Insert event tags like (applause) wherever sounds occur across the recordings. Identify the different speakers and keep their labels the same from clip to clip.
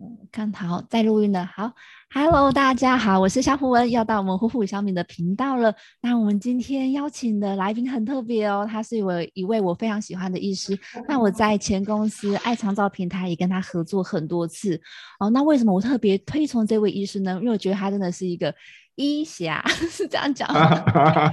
Speaker 1: 嗯，看好在录音了。好，Hello，大家好，我是夏普文，又到我们虎虎小米的频道了。那我们今天邀请的来宾很特别哦，他是我一位我非常喜欢的医师。那我在前公司爱长照平台也跟他合作很多次哦。那为什么我特别推崇这位医师呢？因为我觉得他真的是一个医侠， (laughs) 是这样讲吗？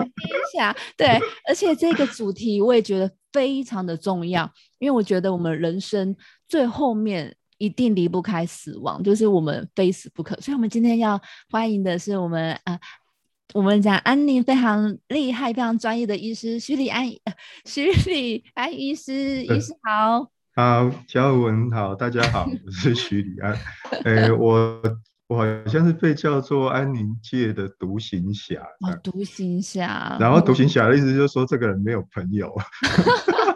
Speaker 1: 医侠对，而且这个主题我也觉得非常的重要，因为我觉得我们人生最后面。一定离不开死亡，就是我们非死不可。所以，我们今天要欢迎的是我们啊、呃，我们讲安宁非常厉害、非常专业的医师徐礼安，呃、徐礼安医师，医师好。
Speaker 2: (laughs) 好，嘉文好，大家好， (laughs) 我是徐礼安。诶欸，我我好像是被叫做安宁界的独行侠。
Speaker 1: 哦，独行侠。
Speaker 2: (laughs) 然后，独行侠的意思就是说，这个人没有朋友。 (laughs)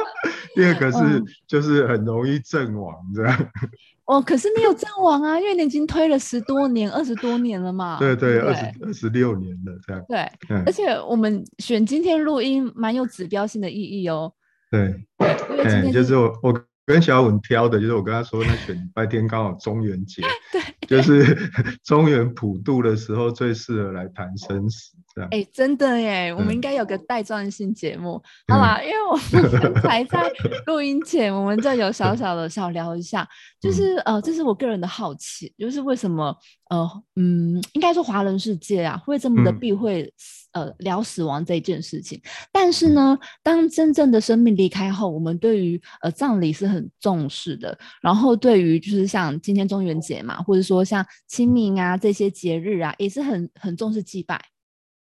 Speaker 2: 第二个是，就是很容易阵亡这样。
Speaker 1: 哦，可是没有阵亡啊，因为你已经推了十多年、二十多年了嘛。
Speaker 2: 对啊对，二十二十六年了这样。
Speaker 1: 对，嗯、而且我们选今天录音蛮有指标性的意义
Speaker 2: 哦。对，嗯、欸，就是我我跟小文挑的，就是我跟他说，那选礼拜天刚好中元 (laughs) 节，
Speaker 1: 对，
Speaker 2: 就是中原普渡的时候最适合来谈生死。
Speaker 1: 哎、欸，真的耶！我们应该有个带状性节目，嗯、好吧？因为我们才在录音前，我们就有小小的小聊一下，就是呃，这是我个人的好奇，就是为什么呃嗯，应该说华人世界啊会这么的避讳、嗯、呃聊死亡这件事情，但是呢，当真正的生命离开后，我们对于呃葬礼是很重视的，然后对于就是像今天中元节嘛，或者说像清明啊这些节日啊，也是很很重视祭拜。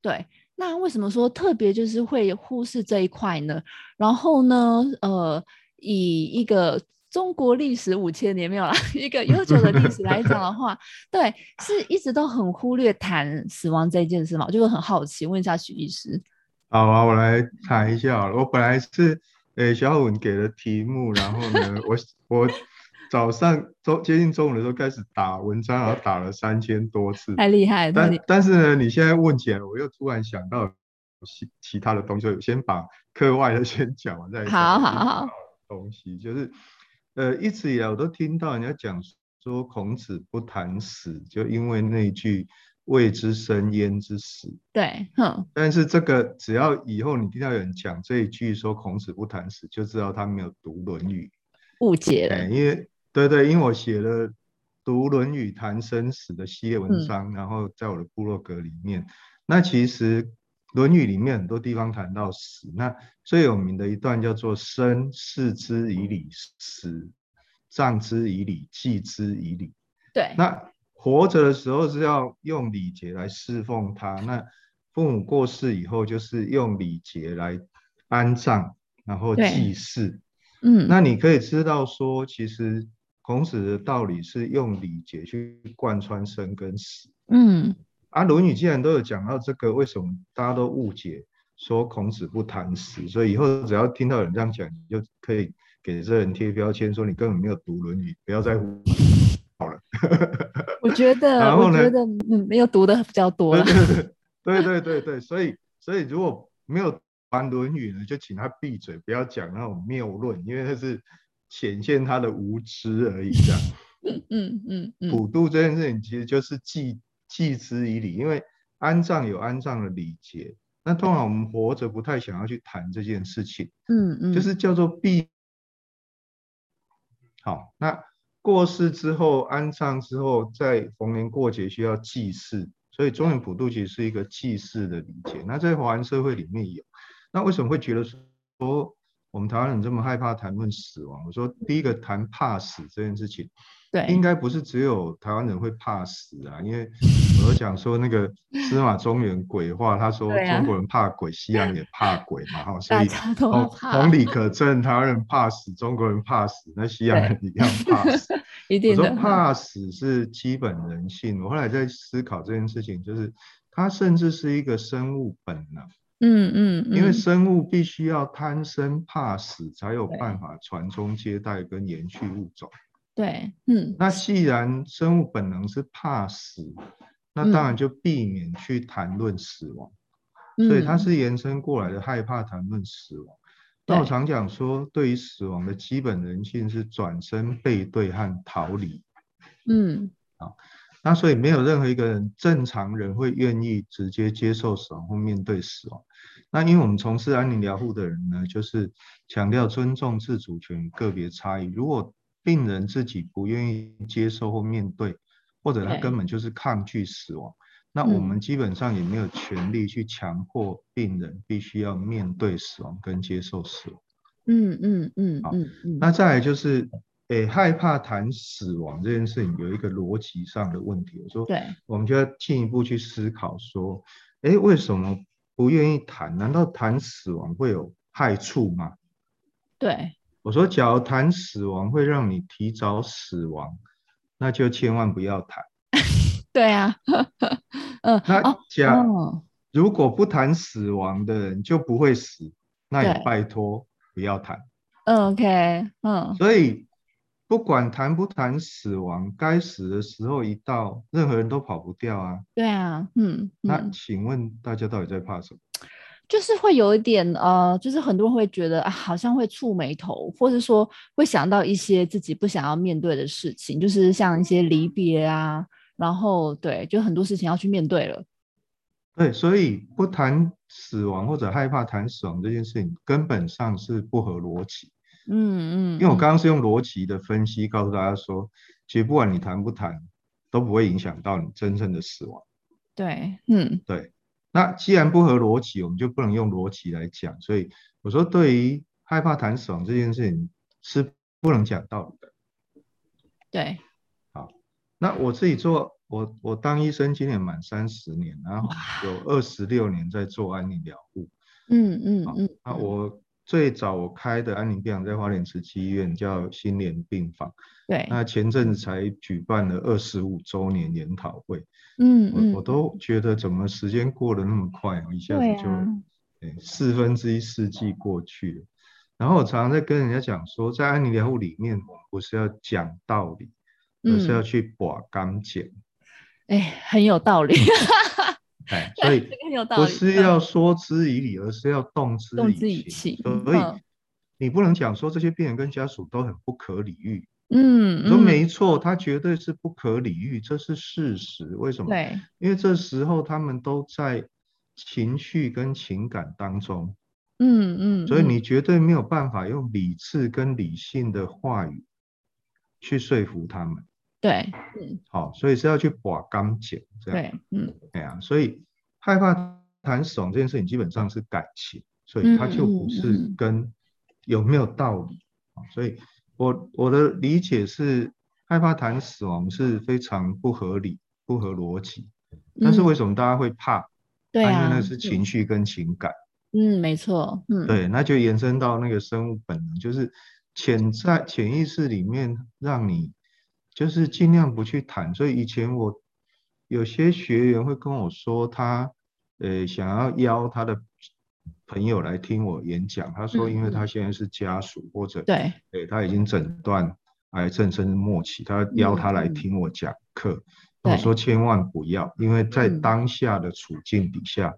Speaker 1: 对，那为什么说特别就是会忽视这一块呢？然后呢，呃，以一个中国历史五千年没有啦， (laughs) 一个悠久的历史来讲的话，对，是一直都很忽略谈死亡这件事嘛，我就会很好奇问一下许医师。
Speaker 2: 好啊，我来谈一下好了。我本来是呃小文给的题目，然后呢，我我早上中接近中午的时候开始打文章，然后打了三千多次，
Speaker 1: 太厉害了。
Speaker 2: 但但是呢，你现在问起来，我又突然想到其其他的东西，所以先把课外的 (laughs) 先讲完再讲。
Speaker 1: 好好好。
Speaker 2: 东西就是，呃，一直以来我都听到人家讲说孔子不谈死，就因为那句“未知生焉知死”。
Speaker 1: 对，哼。
Speaker 2: 但是这个只要以后你听到有人讲这一句说孔子不谈死，就知道他没有读《论语》，
Speaker 1: 误解了。
Speaker 2: 欸、因为对对，因为我写了《读论语谈生死》的系列文章，嗯、然后在我的部落格里面，那其实《论语》里面很多地方谈到死，那最有名的一段叫做“生视之以礼，死葬之以礼，祭之以礼”。
Speaker 1: 对，
Speaker 2: 那活着的时候是要用礼节来侍奉他，那父母过世以后就是用礼节来安葬，然后祭祀。
Speaker 1: 嗯，
Speaker 2: 那你可以知道说，其实。孔子的道理是用礼节去贯穿生跟死。
Speaker 1: 嗯，
Speaker 2: 啊，《论语》既然都有讲到这个，为什么大家都误解说孔子不谈死？所以以后只要听到有人这样讲，你就可以给这人贴标签，说你根本没有读《论语》，不要再胡好了。
Speaker 1: 我觉得，
Speaker 2: 然
Speaker 1: 后呢我觉得嗯，没有读的比较多了。
Speaker 2: (laughs) 对对对对，所以所以如果没有谈《论语》呢，就请他闭嘴，不要讲那种谬论，因为那是。显现他的无知而已，这样。
Speaker 1: 嗯嗯嗯嗯。
Speaker 2: 普渡这件事情其实就是祭祭之以礼，因为安葬有安葬的礼节。那通常我们活着不太想要去谈这件事情。
Speaker 1: 嗯嗯。
Speaker 2: 就是叫做避。好，那过世之后安葬之后，在逢年过节需要祭祀，所以中原普渡其实是一个祭祀的礼节。那在华人社会里面有，那为什么会觉得说？我们台湾人这么害怕谈论死亡，我说第一个谈怕死这件事情，
Speaker 1: 对，
Speaker 2: 应该不是只有台湾人会怕死啊，因为我讲说那个司马中原鬼话，他说中国人怕鬼，啊、西洋也怕鬼嘛，哈，所以哦
Speaker 1: 同
Speaker 2: 同理可证，台湾人怕死，中国人怕死，那西洋人一样怕死，
Speaker 1: 一定
Speaker 2: 我说怕死是基本人性。我后来在思考这件事情，就是它甚至是一个生物本能、啊。
Speaker 1: 嗯嗯，嗯
Speaker 2: 因为生物必须要贪生怕死，才有办法传宗接代跟延续物种。
Speaker 1: 对，嗯。
Speaker 2: 那既然生物本能是怕死，那当然就避免去谈论死亡，嗯、所以它是延伸过来的害怕谈论死亡。那、嗯、我常讲说，对于死亡的基本人性是转身背对和逃离。
Speaker 1: 嗯
Speaker 2: 那所以没有任何一个人正常人会愿意直接接受死亡或面对死亡。那因为我们从事安宁疗护的人呢，就是强调尊重自主权与个别差异。如果病人自己不愿意接受或面对，或者他
Speaker 1: 对
Speaker 2: 根本就是抗拒死亡，那
Speaker 1: 嗯
Speaker 2: 我们基本上也没有权利去强迫病人必须要面对死亡跟接受死亡。
Speaker 1: 嗯嗯嗯
Speaker 2: 好
Speaker 1: 嗯嗯，
Speaker 2: 那再来就是，诶、害怕谈死亡这件事情有一个逻辑上的问题。我说，
Speaker 1: 对，
Speaker 2: 我们就要进一步去思考说，诶，为什么不愿意谈？难道谈死亡会有害处吗？
Speaker 1: 对，
Speaker 2: 我说，假如谈死亡会让你提早死亡，那就千万不要谈。
Speaker 1: 对啊， (laughs) 嗯，
Speaker 2: 那
Speaker 1: 哦，
Speaker 2: 假、
Speaker 1: 哦，
Speaker 2: 如果不谈死亡的人就不会死，那也
Speaker 1: 对
Speaker 2: 拜托不要谈。
Speaker 1: 嗯，OK，嗯，
Speaker 2: 所以不管谈不谈死亡，该死的时候一到，任何人都跑不掉啊。
Speaker 1: 对啊，嗯，
Speaker 2: 那
Speaker 1: 嗯
Speaker 2: 请问大家到底在怕什么？
Speaker 1: 就是会有一点呃，就是很多人会觉得啊，好像会触眉头，或者说会想到一些自己不想要面对的事情，就是像一些离别啊，然后对，就很多事情要去面对了。
Speaker 2: 对，所以不谈死亡或者害怕谈死亡这件事情，根本上是不合逻辑。
Speaker 1: 嗯嗯，
Speaker 2: 因为我
Speaker 1: 嗯
Speaker 2: 刚刚是用逻辑的分析告诉大家说，其实不管你谈不谈，都不会影响到你真正的死亡。
Speaker 1: 对，嗯
Speaker 2: 对，那既然不合逻辑，我们就不能用逻辑来讲。所以我说，对于害怕谈死亡这件事情是不能讲道理的。
Speaker 1: 对，
Speaker 2: 那我自己做，我我当医生今年满三十年，然后有二十六年在做安宁疗护。
Speaker 1: 嗯嗯
Speaker 2: 好
Speaker 1: 嗯，
Speaker 2: 那啊我最早我开的安宁病房在花莲慈济医院叫心莲病房，
Speaker 1: 对，
Speaker 2: 那前阵子才举办了二十五周年研讨会，
Speaker 1: 嗯
Speaker 2: 我
Speaker 1: 嗯，
Speaker 2: 我都觉得怎么时间过得那么快哦，一下子
Speaker 1: 对
Speaker 2: 就
Speaker 1: 啊
Speaker 2: 诶四分之一世纪过去了。然后我常常在跟人家讲说，在安宁疗护里面，我们不是要讲道理，而是要
Speaker 1: 嗯
Speaker 2: 去把干净。
Speaker 1: 哎，很有道理， (laughs)
Speaker 2: 哎，所以
Speaker 1: 很有道理，
Speaker 2: 不是
Speaker 1: 嗯
Speaker 2: 要说之以理，而是要动之
Speaker 1: 动
Speaker 2: 以
Speaker 1: 之以情
Speaker 2: 所以
Speaker 1: 嗯
Speaker 2: 你不能讲说这些病人跟家属都很不可理喻。
Speaker 1: 嗯，
Speaker 2: 你说
Speaker 1: 嗯
Speaker 2: 没错，他绝对是不可理喻，这是事实。为什
Speaker 1: 嗯
Speaker 2: 么？
Speaker 1: 对，
Speaker 2: 因为这时候他们都在情绪跟情感当中，
Speaker 1: 嗯嗯，
Speaker 2: 所以
Speaker 1: 嗯
Speaker 2: 你绝对没有办法用理智跟理性的话语去说服他们。
Speaker 1: 对
Speaker 2: 好、所以是要去把干净这样。
Speaker 1: 对，嗯
Speaker 2: 哎呀、所以害怕谈死亡这件事情基本上是感情，所以它就不
Speaker 1: 嗯嗯
Speaker 2: 是
Speaker 1: 嗯
Speaker 2: 跟有没有道理。啊所以我我的理解是，害怕谈死亡是非常不合理、不合逻辑。但是
Speaker 1: 嗯
Speaker 2: 为什么大家会怕？
Speaker 1: 对
Speaker 2: 啊因
Speaker 1: 啊，
Speaker 2: 为那是情绪跟情感。
Speaker 1: 嗯，没错，嗯，
Speaker 2: 对，那就延伸到那个生物本能，就是潜在潜意识里面让你就是尽量不去谈。所以以前我有些学员会跟我说他，呃想要邀他的朋友来听我演讲，他说因
Speaker 1: 嗯
Speaker 2: 为
Speaker 1: 嗯
Speaker 2: 他现在是家属、或者
Speaker 1: 对，
Speaker 2: 对他已经诊断癌症甚至末期，他邀他来
Speaker 1: 嗯
Speaker 2: 听我讲课。那我
Speaker 1: 对
Speaker 2: 说千万不要，因为在
Speaker 1: 嗯
Speaker 2: 当下的处境底下，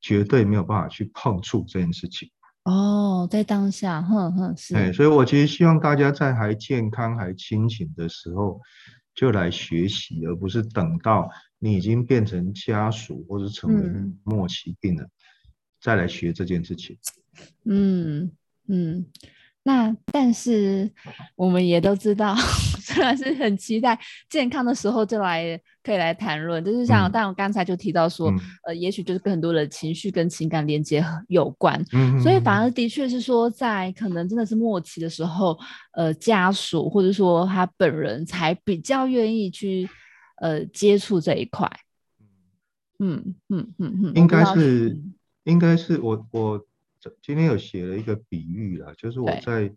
Speaker 2: 绝对没有办法去碰触这件事情。
Speaker 1: 哦，在当下，哼哼，是，
Speaker 2: 哎，所以我其实希望大家在还健康、还清醒的时候，就来学习，而不是等到你已经变成家属或者成为
Speaker 1: 嗯
Speaker 2: 末期病人、再来学这件事情。
Speaker 1: 嗯嗯，那但是我们也都知道， (laughs) 虽然是很期待健康的时候就来可以来谈论，就是像，
Speaker 2: 嗯
Speaker 1: 但我刚才就提到说，
Speaker 2: 嗯
Speaker 1: 呃，也许就是跟很多的情绪跟情感连接很有关，
Speaker 2: 嗯
Speaker 1: 所以反
Speaker 2: 而
Speaker 1: 而的确是说，在可能真的是末期的时候，呃，家属或者说他本人才比较愿意去呃接触这一块。嗯嗯嗯嗯，
Speaker 2: 应
Speaker 1: 我不知
Speaker 2: 该
Speaker 1: 道
Speaker 2: 是
Speaker 1: 嗯，
Speaker 2: 应该是我我今天有写了一个比喻啦，就是我
Speaker 1: 对
Speaker 2: 在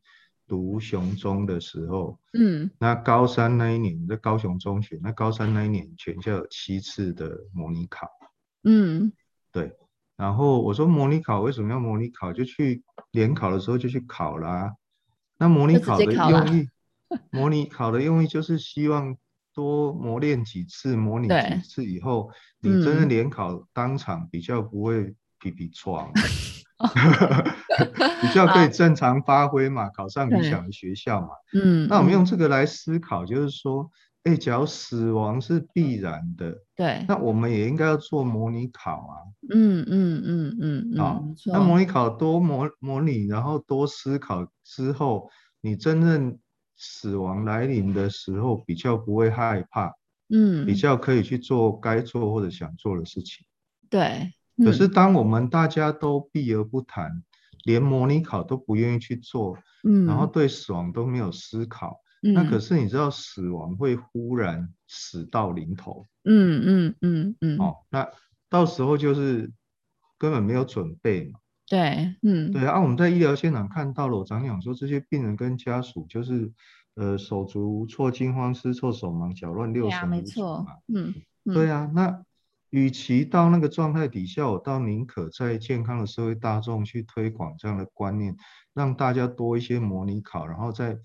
Speaker 2: 读雄中的时候，
Speaker 1: 嗯
Speaker 2: 那高三那一年在高雄中学，那高三那一年全校有七次的模拟考。
Speaker 1: 嗯
Speaker 2: 然后我说模拟考为什么要模拟考？就去联考的时候就去考啦。那模拟
Speaker 1: 就直
Speaker 2: 考
Speaker 1: 接
Speaker 2: 的
Speaker 1: 考啦 (laughs)
Speaker 2: 用意，模拟考的用意就是希望多磨练几次，模拟
Speaker 1: 对
Speaker 2: 几次以后，你真的
Speaker 1: 嗯
Speaker 2: 联考当场比较不会皮皮
Speaker 1: (laughs)
Speaker 2: 撞，
Speaker 1: 哦
Speaker 2: (laughs) 比较可以正常发挥嘛，考上理
Speaker 1: 对
Speaker 2: 想的学校嘛。
Speaker 1: 嗯，
Speaker 2: 那我们
Speaker 1: 嗯
Speaker 2: 用这个来思考，就是说，哎，假如死亡是必然的，
Speaker 1: 嗯对，
Speaker 2: 那我们也应该要做模拟考啊。
Speaker 1: 嗯嗯嗯嗯
Speaker 2: 啊
Speaker 1: 嗯，没错
Speaker 2: 那模拟考多模模拟，然后多思考之后，你真正死亡来临的时候，比较不会害怕，
Speaker 1: 嗯，
Speaker 2: 比较可以去做该做或者想做的事情。
Speaker 1: 对，
Speaker 2: 可
Speaker 1: 嗯
Speaker 2: 是当我们大家都避而不谈，连模拟考都不愿意去做，
Speaker 1: 嗯，
Speaker 2: 然后对死亡都没有思考，那可是你知道死亡会忽然死到临头，
Speaker 1: 嗯嗯嗯嗯，嗯
Speaker 2: 哦，那到时候就是根本没有准备嘛。
Speaker 1: 对，嗯
Speaker 2: 对啊，我们在医疗现场看到了，我常讲说这些病人跟家属就是，呃，手足无措、惊慌失措、手忙脚乱、六
Speaker 1: 对啊，
Speaker 2: 神
Speaker 1: 没
Speaker 2: 无主
Speaker 1: 错
Speaker 2: 嘛。，
Speaker 1: 嗯嗯
Speaker 2: 对啊，那与其到那个状态底下，我倒宁可在健康的社会大众去推广这样的观念，让大家多一些模拟考，然后在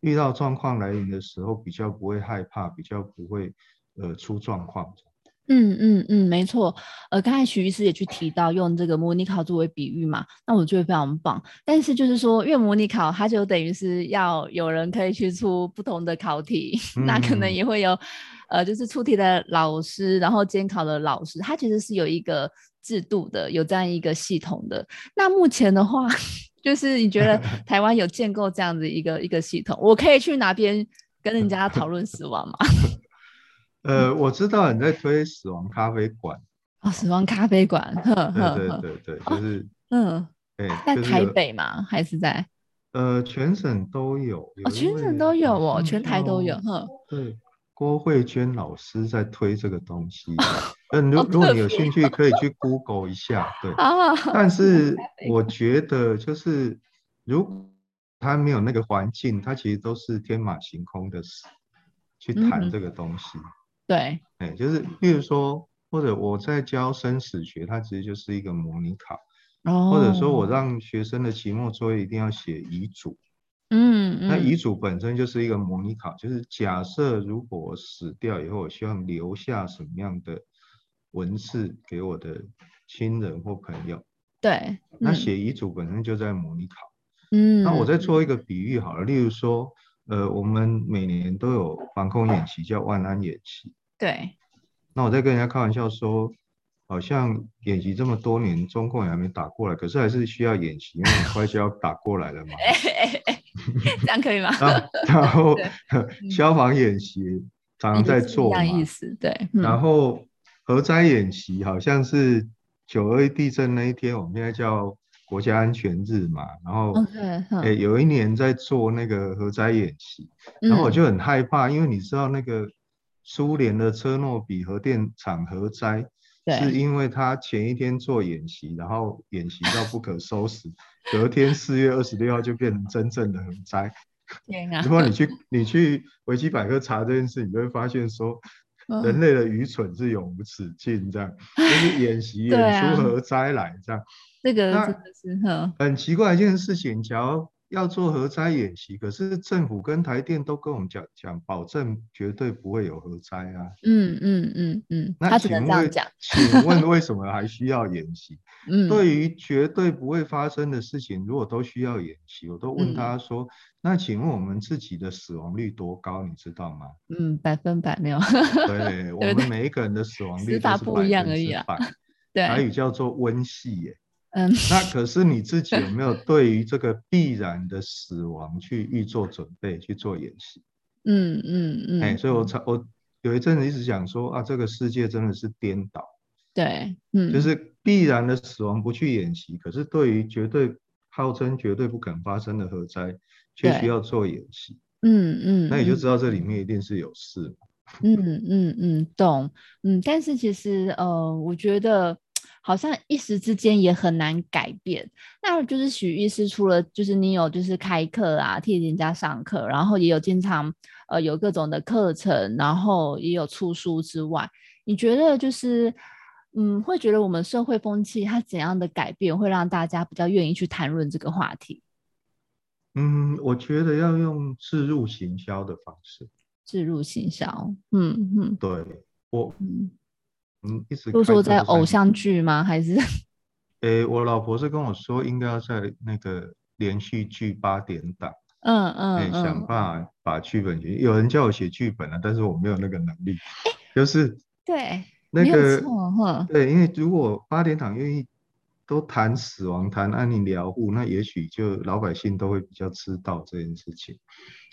Speaker 2: 遇到状况来临的时候，比较不会害怕，比较不会呃出状况。
Speaker 1: 嗯嗯嗯，没错。呃，刚才徐医师也去提到用这个模拟考作为比喻嘛，那我觉得非常棒。但是就是说，因为模拟考它就等于是要有人可以去出不同的考题， (laughs) 那可能
Speaker 2: 嗯
Speaker 1: 也会有呃，就是出题的老师，然后监考的老师，它其实是有一个制度的，有这样一个系统的。那目前的话， (laughs) 就是你
Speaker 2: (laughs)
Speaker 1: 觉得台湾有建构这样的一个一个系统，我可以去哪边跟人家讨论死亡吗？ (laughs) 嗯
Speaker 2: 呃，我知道你在推死亡咖啡馆，
Speaker 1: 哦，死亡咖啡馆，呵呵
Speaker 2: 对
Speaker 1: 呵，
Speaker 2: 对
Speaker 1: (laughs)
Speaker 2: 对对，就是。
Speaker 1: 嗯。
Speaker 2: 哎、
Speaker 1: 在
Speaker 2: 就是
Speaker 1: 台
Speaker 2: 有
Speaker 1: 北吗？还是在？
Speaker 2: 呃，全省都有，有
Speaker 1: 哦，
Speaker 2: 一
Speaker 1: 全省
Speaker 2: 位
Speaker 1: 都有
Speaker 2: 好
Speaker 1: 哦，
Speaker 2: 像
Speaker 1: 全台都有。
Speaker 2: 叫
Speaker 1: 哼，
Speaker 2: 对，郭慧娟老师在推这个东西。嗯，如
Speaker 1: 好 (laughs)
Speaker 2: 如
Speaker 1: 哦
Speaker 2: 果
Speaker 1: 特
Speaker 2: 你有
Speaker 1: 别
Speaker 2: 兴趣，可以去 Google 一下。对，
Speaker 1: 啊， (laughs)
Speaker 2: 但是
Speaker 1: 北
Speaker 2: 我觉得就是，如果他没有那个环境，他其实都是天马行空的事去
Speaker 1: 嗯
Speaker 2: 谈这个东西。
Speaker 1: 对，
Speaker 2: 哎、就是例如说，或者我在教生死学，它其实就是一个模拟考，
Speaker 1: 哦，
Speaker 2: 或者说我让学生的期末作业一定要写遗嘱。
Speaker 1: 嗯
Speaker 2: 那
Speaker 1: 嗯
Speaker 2: 遗嘱本身就是一个模拟考，就是假设如果我死掉以后，我希望留下什么样的文字给我的亲人或朋友。
Speaker 1: 对，
Speaker 2: 那
Speaker 1: 嗯
Speaker 2: 写遗嘱本身就在模拟考。
Speaker 1: 嗯，
Speaker 2: 那我再做一个比喻好了，例如说，呃，我们每年都有防空演习，叫万安演习。
Speaker 1: 对，
Speaker 2: 那我在跟人家开玩笑说，好像演习这么多年，中共也还没打过来，可是还是需要演习，因为很快就要打过
Speaker 1: (laughs)
Speaker 2: 来了嘛。
Speaker 1: 哎哎哎，这样可以吗？
Speaker 2: (laughs) 然啊然后
Speaker 1: 嗯
Speaker 2: 消防演习常常在
Speaker 1: 也是一
Speaker 2: 做嘛
Speaker 1: 样，意思，对，嗯
Speaker 2: 然后核灾演习好像是九二一地震那一天，我们现在叫国家安全日嘛，然后
Speaker 1: ，OK，哼嗯
Speaker 2: 诶、有一年在做那个核灾演习，然后我
Speaker 1: 嗯
Speaker 2: 就很害怕，因为你知道那个苏联的车诺比核电厂核灾。是
Speaker 1: 对，
Speaker 2: 因为他前一天做演习，然后演习到不可收拾，隔天四月二十六号就变成真正的核灾。
Speaker 1: 天啊
Speaker 2: (laughs) 如，果你去你去维基百科查这件事，你就会发现说，
Speaker 1: 嗯
Speaker 2: 人类的愚蠢是永无止境，这样就是演习
Speaker 1: (laughs) 对
Speaker 2: 演
Speaker 1: 啊
Speaker 2: 出核灾来这样。
Speaker 1: 这个
Speaker 2: 那
Speaker 1: 真的是，哼，
Speaker 2: 很奇怪一件事情，假如要做核灾演习，可是政府跟台电都跟我们讲讲，保证绝对不会有核灾啊。
Speaker 1: 嗯嗯嗯嗯，
Speaker 2: 那
Speaker 1: 他只
Speaker 2: 请
Speaker 1: 能
Speaker 2: 问，
Speaker 1: 这样讲，
Speaker 2: 请问为什么还需要演习？
Speaker 1: (laughs) 嗯，
Speaker 2: 对于绝对不会发生的事情，如果都需要演习，我都
Speaker 1: 嗯
Speaker 2: 问他说：“那请问我们自己的死亡率多高？你知道吗？”
Speaker 1: 嗯，百分百没有，
Speaker 2: 对，我
Speaker 1: 对
Speaker 2: 们每一个人的死亡率
Speaker 1: 死法
Speaker 2: 都是
Speaker 1: 不一样而已啦
Speaker 2: 百。台
Speaker 1: (laughs) (laughs) 对，
Speaker 2: 语叫做温系耶。
Speaker 1: (laughs) 嗯，
Speaker 2: 那可是你自己有没有对于这个必然的死亡去预做准备，去做演习？
Speaker 1: 嗯嗯嗯，
Speaker 2: 哎、所以我才我有一阵子一直讲说啊，这个世界真的是颠倒，
Speaker 1: 对，嗯，
Speaker 2: 就是必然的死亡不去演习，可是对于绝对号称绝对不可能发生的核灾，却需
Speaker 1: 对
Speaker 2: 要做演习。
Speaker 1: 嗯嗯，
Speaker 2: 那你就
Speaker 1: 嗯
Speaker 2: 知道这里面一定是有事嘛。
Speaker 1: 嗯嗯嗯，懂。嗯，但是其实呃，我觉得好像一时之间也很难改变。那就是许医师除了就是你有就是开课啊，替人家上课，然后也有经常呃有各种的课程，然后也有出书之外，你觉得就是嗯，会觉得我们社会风气它怎样的改变会让大家比较愿意去谈论这个话题？
Speaker 2: 嗯，我觉得要用自入行销的方式。
Speaker 1: 置入行销，嗯嗯
Speaker 2: 对我，
Speaker 1: 嗯，
Speaker 2: 嗯，一直
Speaker 1: 都
Speaker 2: 开
Speaker 1: 说
Speaker 2: 课
Speaker 1: 在
Speaker 2: 的时候
Speaker 1: 偶。像剧吗？还是？ (laughs)
Speaker 2: 诶，我老婆是跟我说，应该要在那个连续剧八点档
Speaker 1: 嗯嗯
Speaker 2: 哎，
Speaker 1: 嗯
Speaker 2: 想办法把剧本写。有人叫我写剧本啊，但是我没有那个能力，就是
Speaker 1: 对，
Speaker 2: 那
Speaker 1: 没有
Speaker 2: 个
Speaker 1: 错哈，
Speaker 2: 对，因为如果八点档愿意都谈死亡、谈安宁疗护，那也许就老百姓都会比较知道这件事情。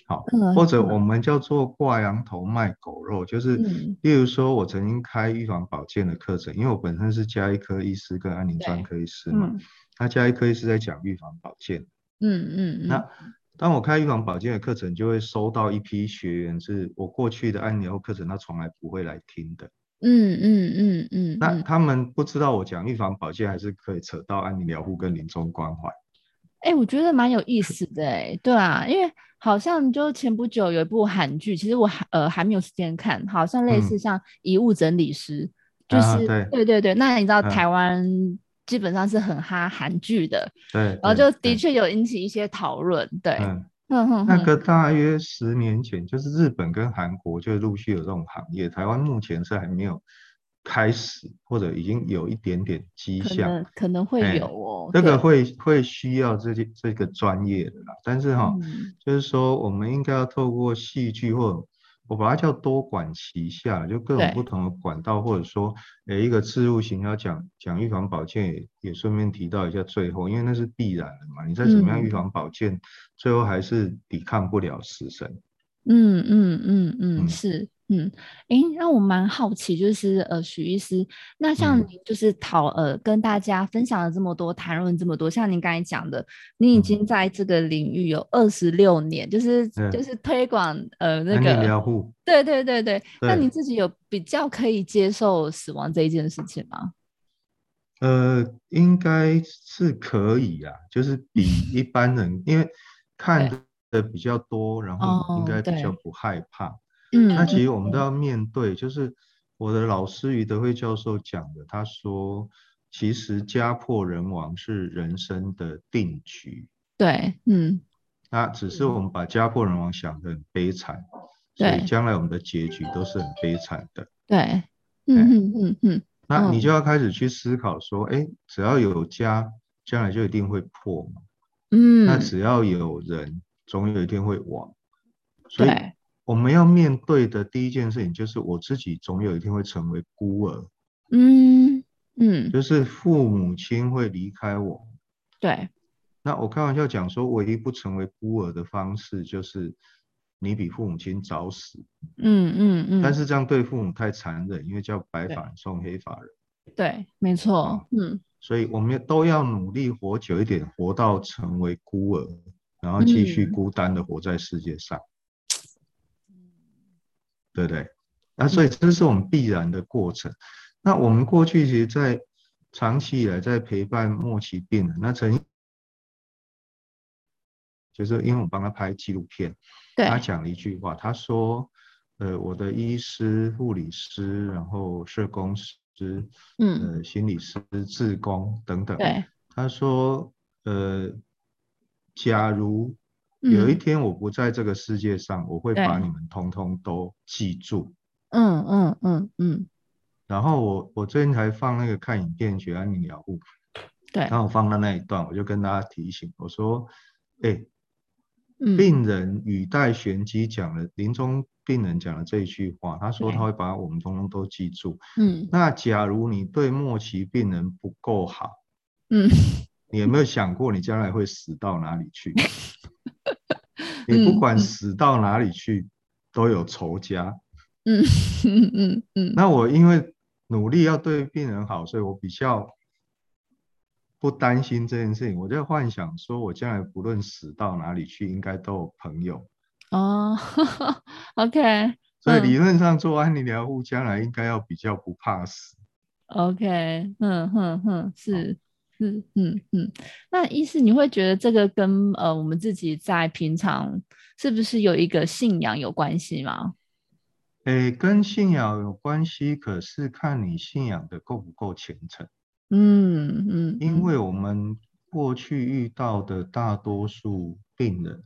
Speaker 2: 好，
Speaker 1: 嗯
Speaker 2: 或者我们叫做挂羊头卖狗肉，就是
Speaker 1: 嗯
Speaker 2: 例如说，我曾经开预防保健的课程，因为我本身是加医科医师跟安宁专
Speaker 1: 对
Speaker 2: 科医师嘛，
Speaker 1: 嗯
Speaker 2: 那加医科医师在讲预防保健，
Speaker 1: 嗯嗯，
Speaker 2: 那当我开预防保健的课程，就会收到一批学员是我过去的安宁疗护课程，他从来不会来听的。
Speaker 1: 嗯嗯嗯嗯，
Speaker 2: 那
Speaker 1: 嗯
Speaker 2: 他们不知道我讲预防保健还是可以扯到安宁疗护跟临终关怀。
Speaker 1: 哎、我觉得蛮有意思的哎、对啊，因为好像就前不久有一部韩剧，其实我还呃还没有时间看，好像类似
Speaker 2: 嗯
Speaker 1: 像《遗物整理师》，就
Speaker 2: 啊
Speaker 1: 是、
Speaker 2: 对
Speaker 1: 对对对，那你知道
Speaker 2: 嗯
Speaker 1: 台湾基本上是很哈韩剧的，
Speaker 2: 对，
Speaker 1: 然后
Speaker 2: 对
Speaker 1: 就的，确有引起一些讨论，对，
Speaker 2: 对嗯，
Speaker 1: 嗯哼
Speaker 2: 那
Speaker 1: 哼，
Speaker 2: 个大约十年前，就是日本跟韩国就陆续有这种行业，台湾目前是还没有开始，或者已经有一点点迹
Speaker 1: 可
Speaker 2: 象。
Speaker 1: 能可能会
Speaker 2: 哎
Speaker 1: 有哦，
Speaker 2: 这
Speaker 1: 对
Speaker 2: 个会会需要这些这个专业的啦，但是哈、
Speaker 1: 嗯
Speaker 2: 就是说我们应该要透过戏剧或我把它叫多管齐下，就各种
Speaker 1: 对
Speaker 2: 不同的管道，或者说，诶，一个置入型要讲讲预防保健也，也顺便提到一下最后，因为那是必然的嘛。你再怎么样预
Speaker 1: 嗯
Speaker 2: 防保健，最后还是抵抗不了死神。
Speaker 1: 嗯嗯嗯嗯，
Speaker 2: 嗯
Speaker 1: 是，嗯，诶，让我蛮好奇，就是呃，许医师，那像
Speaker 2: 嗯
Speaker 1: 您就是讨呃跟大家分享了这么多，谈论这么多，像您刚才讲的，你已
Speaker 2: 嗯
Speaker 1: 经在这个领域有二十六年，就是
Speaker 2: 对
Speaker 1: 就是推广呃那
Speaker 2: 安利
Speaker 1: 个，
Speaker 2: 疗护，
Speaker 1: 对对对对，那
Speaker 2: 对
Speaker 1: 你自己有比较可以接受死亡这一件事情吗？
Speaker 2: 呃，应该是可以啊，就是
Speaker 1: (laughs)
Speaker 2: 比一般人，因为看的比较多，然后应
Speaker 1: 哦
Speaker 2: 该比较
Speaker 1: 对
Speaker 2: 不害怕。
Speaker 1: 嗯
Speaker 2: 那
Speaker 1: 嗯
Speaker 2: 其实我们都要面对，就是我的老师于德惠教授讲的，他说，其实家破人亡是人生的定局，
Speaker 1: 对，嗯
Speaker 2: 那只是
Speaker 1: 嗯
Speaker 2: 我们把家破人亡想得很悲惨，所
Speaker 1: 对
Speaker 2: 以将来我们的结局都是很悲惨的。
Speaker 1: 对，嗯嗯嗯嗯，
Speaker 2: 那
Speaker 1: 嗯
Speaker 2: 你就要开始去思考说，哎，只要有家，将来就一定会破嘛。那
Speaker 1: 嗯，
Speaker 2: 只要有人，总有一天会亡。所以
Speaker 1: 对，
Speaker 2: 我们要面对的第一件事情就是，我自己总有一天会成为孤儿。
Speaker 1: 嗯嗯
Speaker 2: 就是父母亲会离开我。
Speaker 1: 对，
Speaker 2: 那我开玩笑讲说，唯一不成为孤儿的方式就是你比父母亲早死，
Speaker 1: 嗯嗯嗯，
Speaker 2: 但是这样对父母太残忍，因为叫白
Speaker 1: 对
Speaker 2: 发人送黑发人，
Speaker 1: 对，没错
Speaker 2: 啊，
Speaker 1: 嗯
Speaker 2: 所以我们也都要努力活久一点，活到成为孤儿，然后继续
Speaker 1: 嗯
Speaker 2: 孤单的活在世界上，对不对？那所以这是我们必然的过程。那我们过去其实，在长期以来在陪伴末期病人，那曾经就是因为我帮他拍纪录片，
Speaker 1: 对，
Speaker 2: 他讲了一句话，他说：“呃，我的医师、护理师，然后社工师，
Speaker 1: 嗯，
Speaker 2: 呃，心理师、志工等等。
Speaker 1: 对，”
Speaker 2: 他说：“呃，假如有一
Speaker 1: 嗯
Speaker 2: 天我不在这个世界上，我会
Speaker 1: 对
Speaker 2: 把你们通通都记住。
Speaker 1: 嗯嗯嗯嗯，
Speaker 2: 然后我我最近才放那个看影片学安宁疗护，
Speaker 1: 对
Speaker 2: 然，后我放到那一段，我就跟大家提醒我说：，哎、
Speaker 1: 嗯
Speaker 2: 病人语带玄机讲了，临终病人讲了这一句话，他说
Speaker 1: 对
Speaker 2: 他会把我们通通都记住。 (laughs)
Speaker 1: 嗯
Speaker 2: 那假如你对末期病人不够好，
Speaker 1: 嗯，
Speaker 2: 你有没有想过你将来会死到哪里
Speaker 1: (laughs)
Speaker 2: 去？你不管
Speaker 1: 嗯
Speaker 2: 死到哪里去，都有仇家。
Speaker 1: 嗯嗯嗯嗯，
Speaker 2: 那我因为努力要对病人好，所以我比较不担心这件事情。我在幻想说，我将来不论死到哪里去，应该都有朋友。
Speaker 1: 哦 (laughs) ，OK
Speaker 2: 所以
Speaker 1: 嗯
Speaker 2: 理论上做安宁疗护，将来应该要比较不怕死。
Speaker 1: OK，嗯哼哼，是。是，嗯嗯，那意思你会觉得这个跟呃我们自己在平常是不是有一个信仰有关系吗？
Speaker 2: 诶，跟信仰有关系，可是看你信仰的够不够虔诚。
Speaker 1: 嗯嗯，
Speaker 2: 因
Speaker 1: 嗯
Speaker 2: 为我们过去遇到的大多数病人，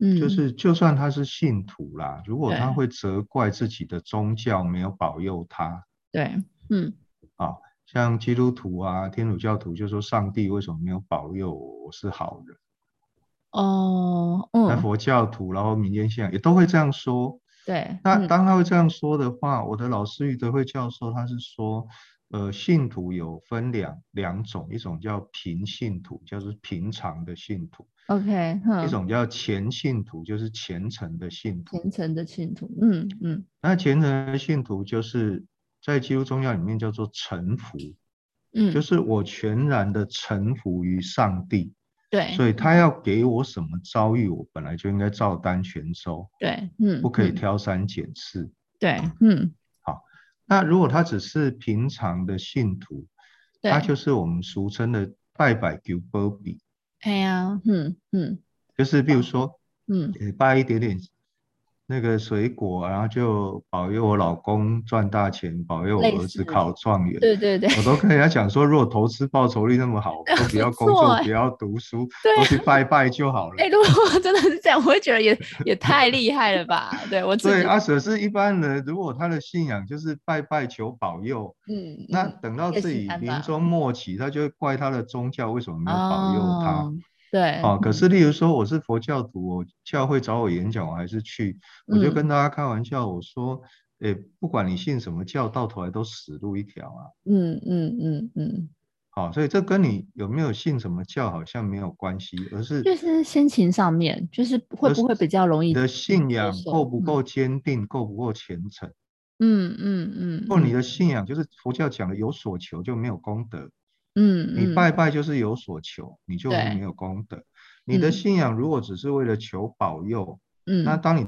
Speaker 1: 嗯
Speaker 2: 就是就算他是信徒啦，如果他
Speaker 1: 对
Speaker 2: 会责怪自己的宗教没有保佑他，
Speaker 1: 对，嗯
Speaker 2: 像基督徒啊、天主教徒就说上帝为什么没有保佑我，我是好人。
Speaker 1: 哦，
Speaker 2: 那
Speaker 1: 嗯，
Speaker 2: 佛教徒，然后民间信仰也都会这样说。
Speaker 1: 对，
Speaker 2: 那
Speaker 1: 嗯
Speaker 2: 当他会这样说的话，我的老师余德惠教授他是说，呃，信徒有分两两种，一种叫平信徒，就是平常的信徒；
Speaker 1: ，OK，
Speaker 2: 一
Speaker 1: 哼，
Speaker 2: 种叫虔信徒，就是虔诚的信徒。
Speaker 1: 虔诚的信徒，嗯嗯，
Speaker 2: 那虔诚的信徒就是在基督宗教里面叫做臣服，
Speaker 1: 嗯，
Speaker 2: 就是我全然的臣服于上帝，
Speaker 1: 对，
Speaker 2: 所以他要给我什么遭遇，我本来就应该照单全收，
Speaker 1: 对，嗯，
Speaker 2: 不可以
Speaker 1: 嗯，
Speaker 2: 挑三拣四。
Speaker 1: 对，嗯，
Speaker 2: 那如果他只是平常的信徒，
Speaker 1: 对，
Speaker 2: 他就是我们俗称的拜拜求波比，
Speaker 1: 哎呀，嗯嗯
Speaker 2: 就是比如说，
Speaker 1: 嗯，
Speaker 2: 呃拜一点点那个水果，然后就保佑我老公赚大钱，保佑我
Speaker 1: 类
Speaker 2: 儿
Speaker 1: 似
Speaker 2: 子考状元。
Speaker 1: 对对 (laughs) 对
Speaker 2: 我都跟人家讲说，如果投资报酬率那
Speaker 1: (laughs)
Speaker 2: 么好，都不要工
Speaker 1: 不错
Speaker 2: 作，
Speaker 1: 欸
Speaker 2: 不要读书，
Speaker 1: 对
Speaker 2: 都
Speaker 1: 啊。
Speaker 2: 去拜拜就好了
Speaker 1: (laughs) 哎、。如果真的是这样，我会觉得
Speaker 2: (laughs)
Speaker 1: 也也太厉害了吧？对我自
Speaker 2: 对，啊
Speaker 1: 己，
Speaker 2: 阿舍是一般人，如果他的信仰就是拜拜求保佑，
Speaker 1: 嗯，
Speaker 2: 那
Speaker 1: 嗯
Speaker 2: 等到
Speaker 1: 也
Speaker 2: 自
Speaker 1: 是
Speaker 2: 己
Speaker 1: 看
Speaker 2: 临
Speaker 1: 法
Speaker 2: 终末期，他就会怪他的宗教为什么没有保佑他。
Speaker 1: 哦对，
Speaker 2: 哦，可是例如说我是佛教徒，我教会找我演讲，我还是去，我就
Speaker 1: 嗯
Speaker 2: 跟大家开玩笑，我说，诶，不管你信什么教，到头来都死路一条啊。
Speaker 1: 嗯嗯嗯嗯，
Speaker 2: 好、所以这跟你有没有信什么教好像没有关系，而是
Speaker 1: 就是心情上面，就是会不会比较容易
Speaker 2: 你的信
Speaker 1: 接
Speaker 2: 仰
Speaker 1: 受
Speaker 2: 够不
Speaker 1: 嗯
Speaker 2: 够坚定，够不够虔诚。
Speaker 1: 嗯嗯嗯，
Speaker 2: 或你
Speaker 1: 的
Speaker 2: 的信仰就是佛教讲的有所求就没有功德，
Speaker 1: 嗯
Speaker 2: 你
Speaker 1: 嗯
Speaker 2: 拜拜就是有所求，你就
Speaker 1: 对
Speaker 2: 没有功德。你的
Speaker 1: 嗯
Speaker 2: 信仰如果只是为了求保佑，
Speaker 1: 嗯
Speaker 2: 那当你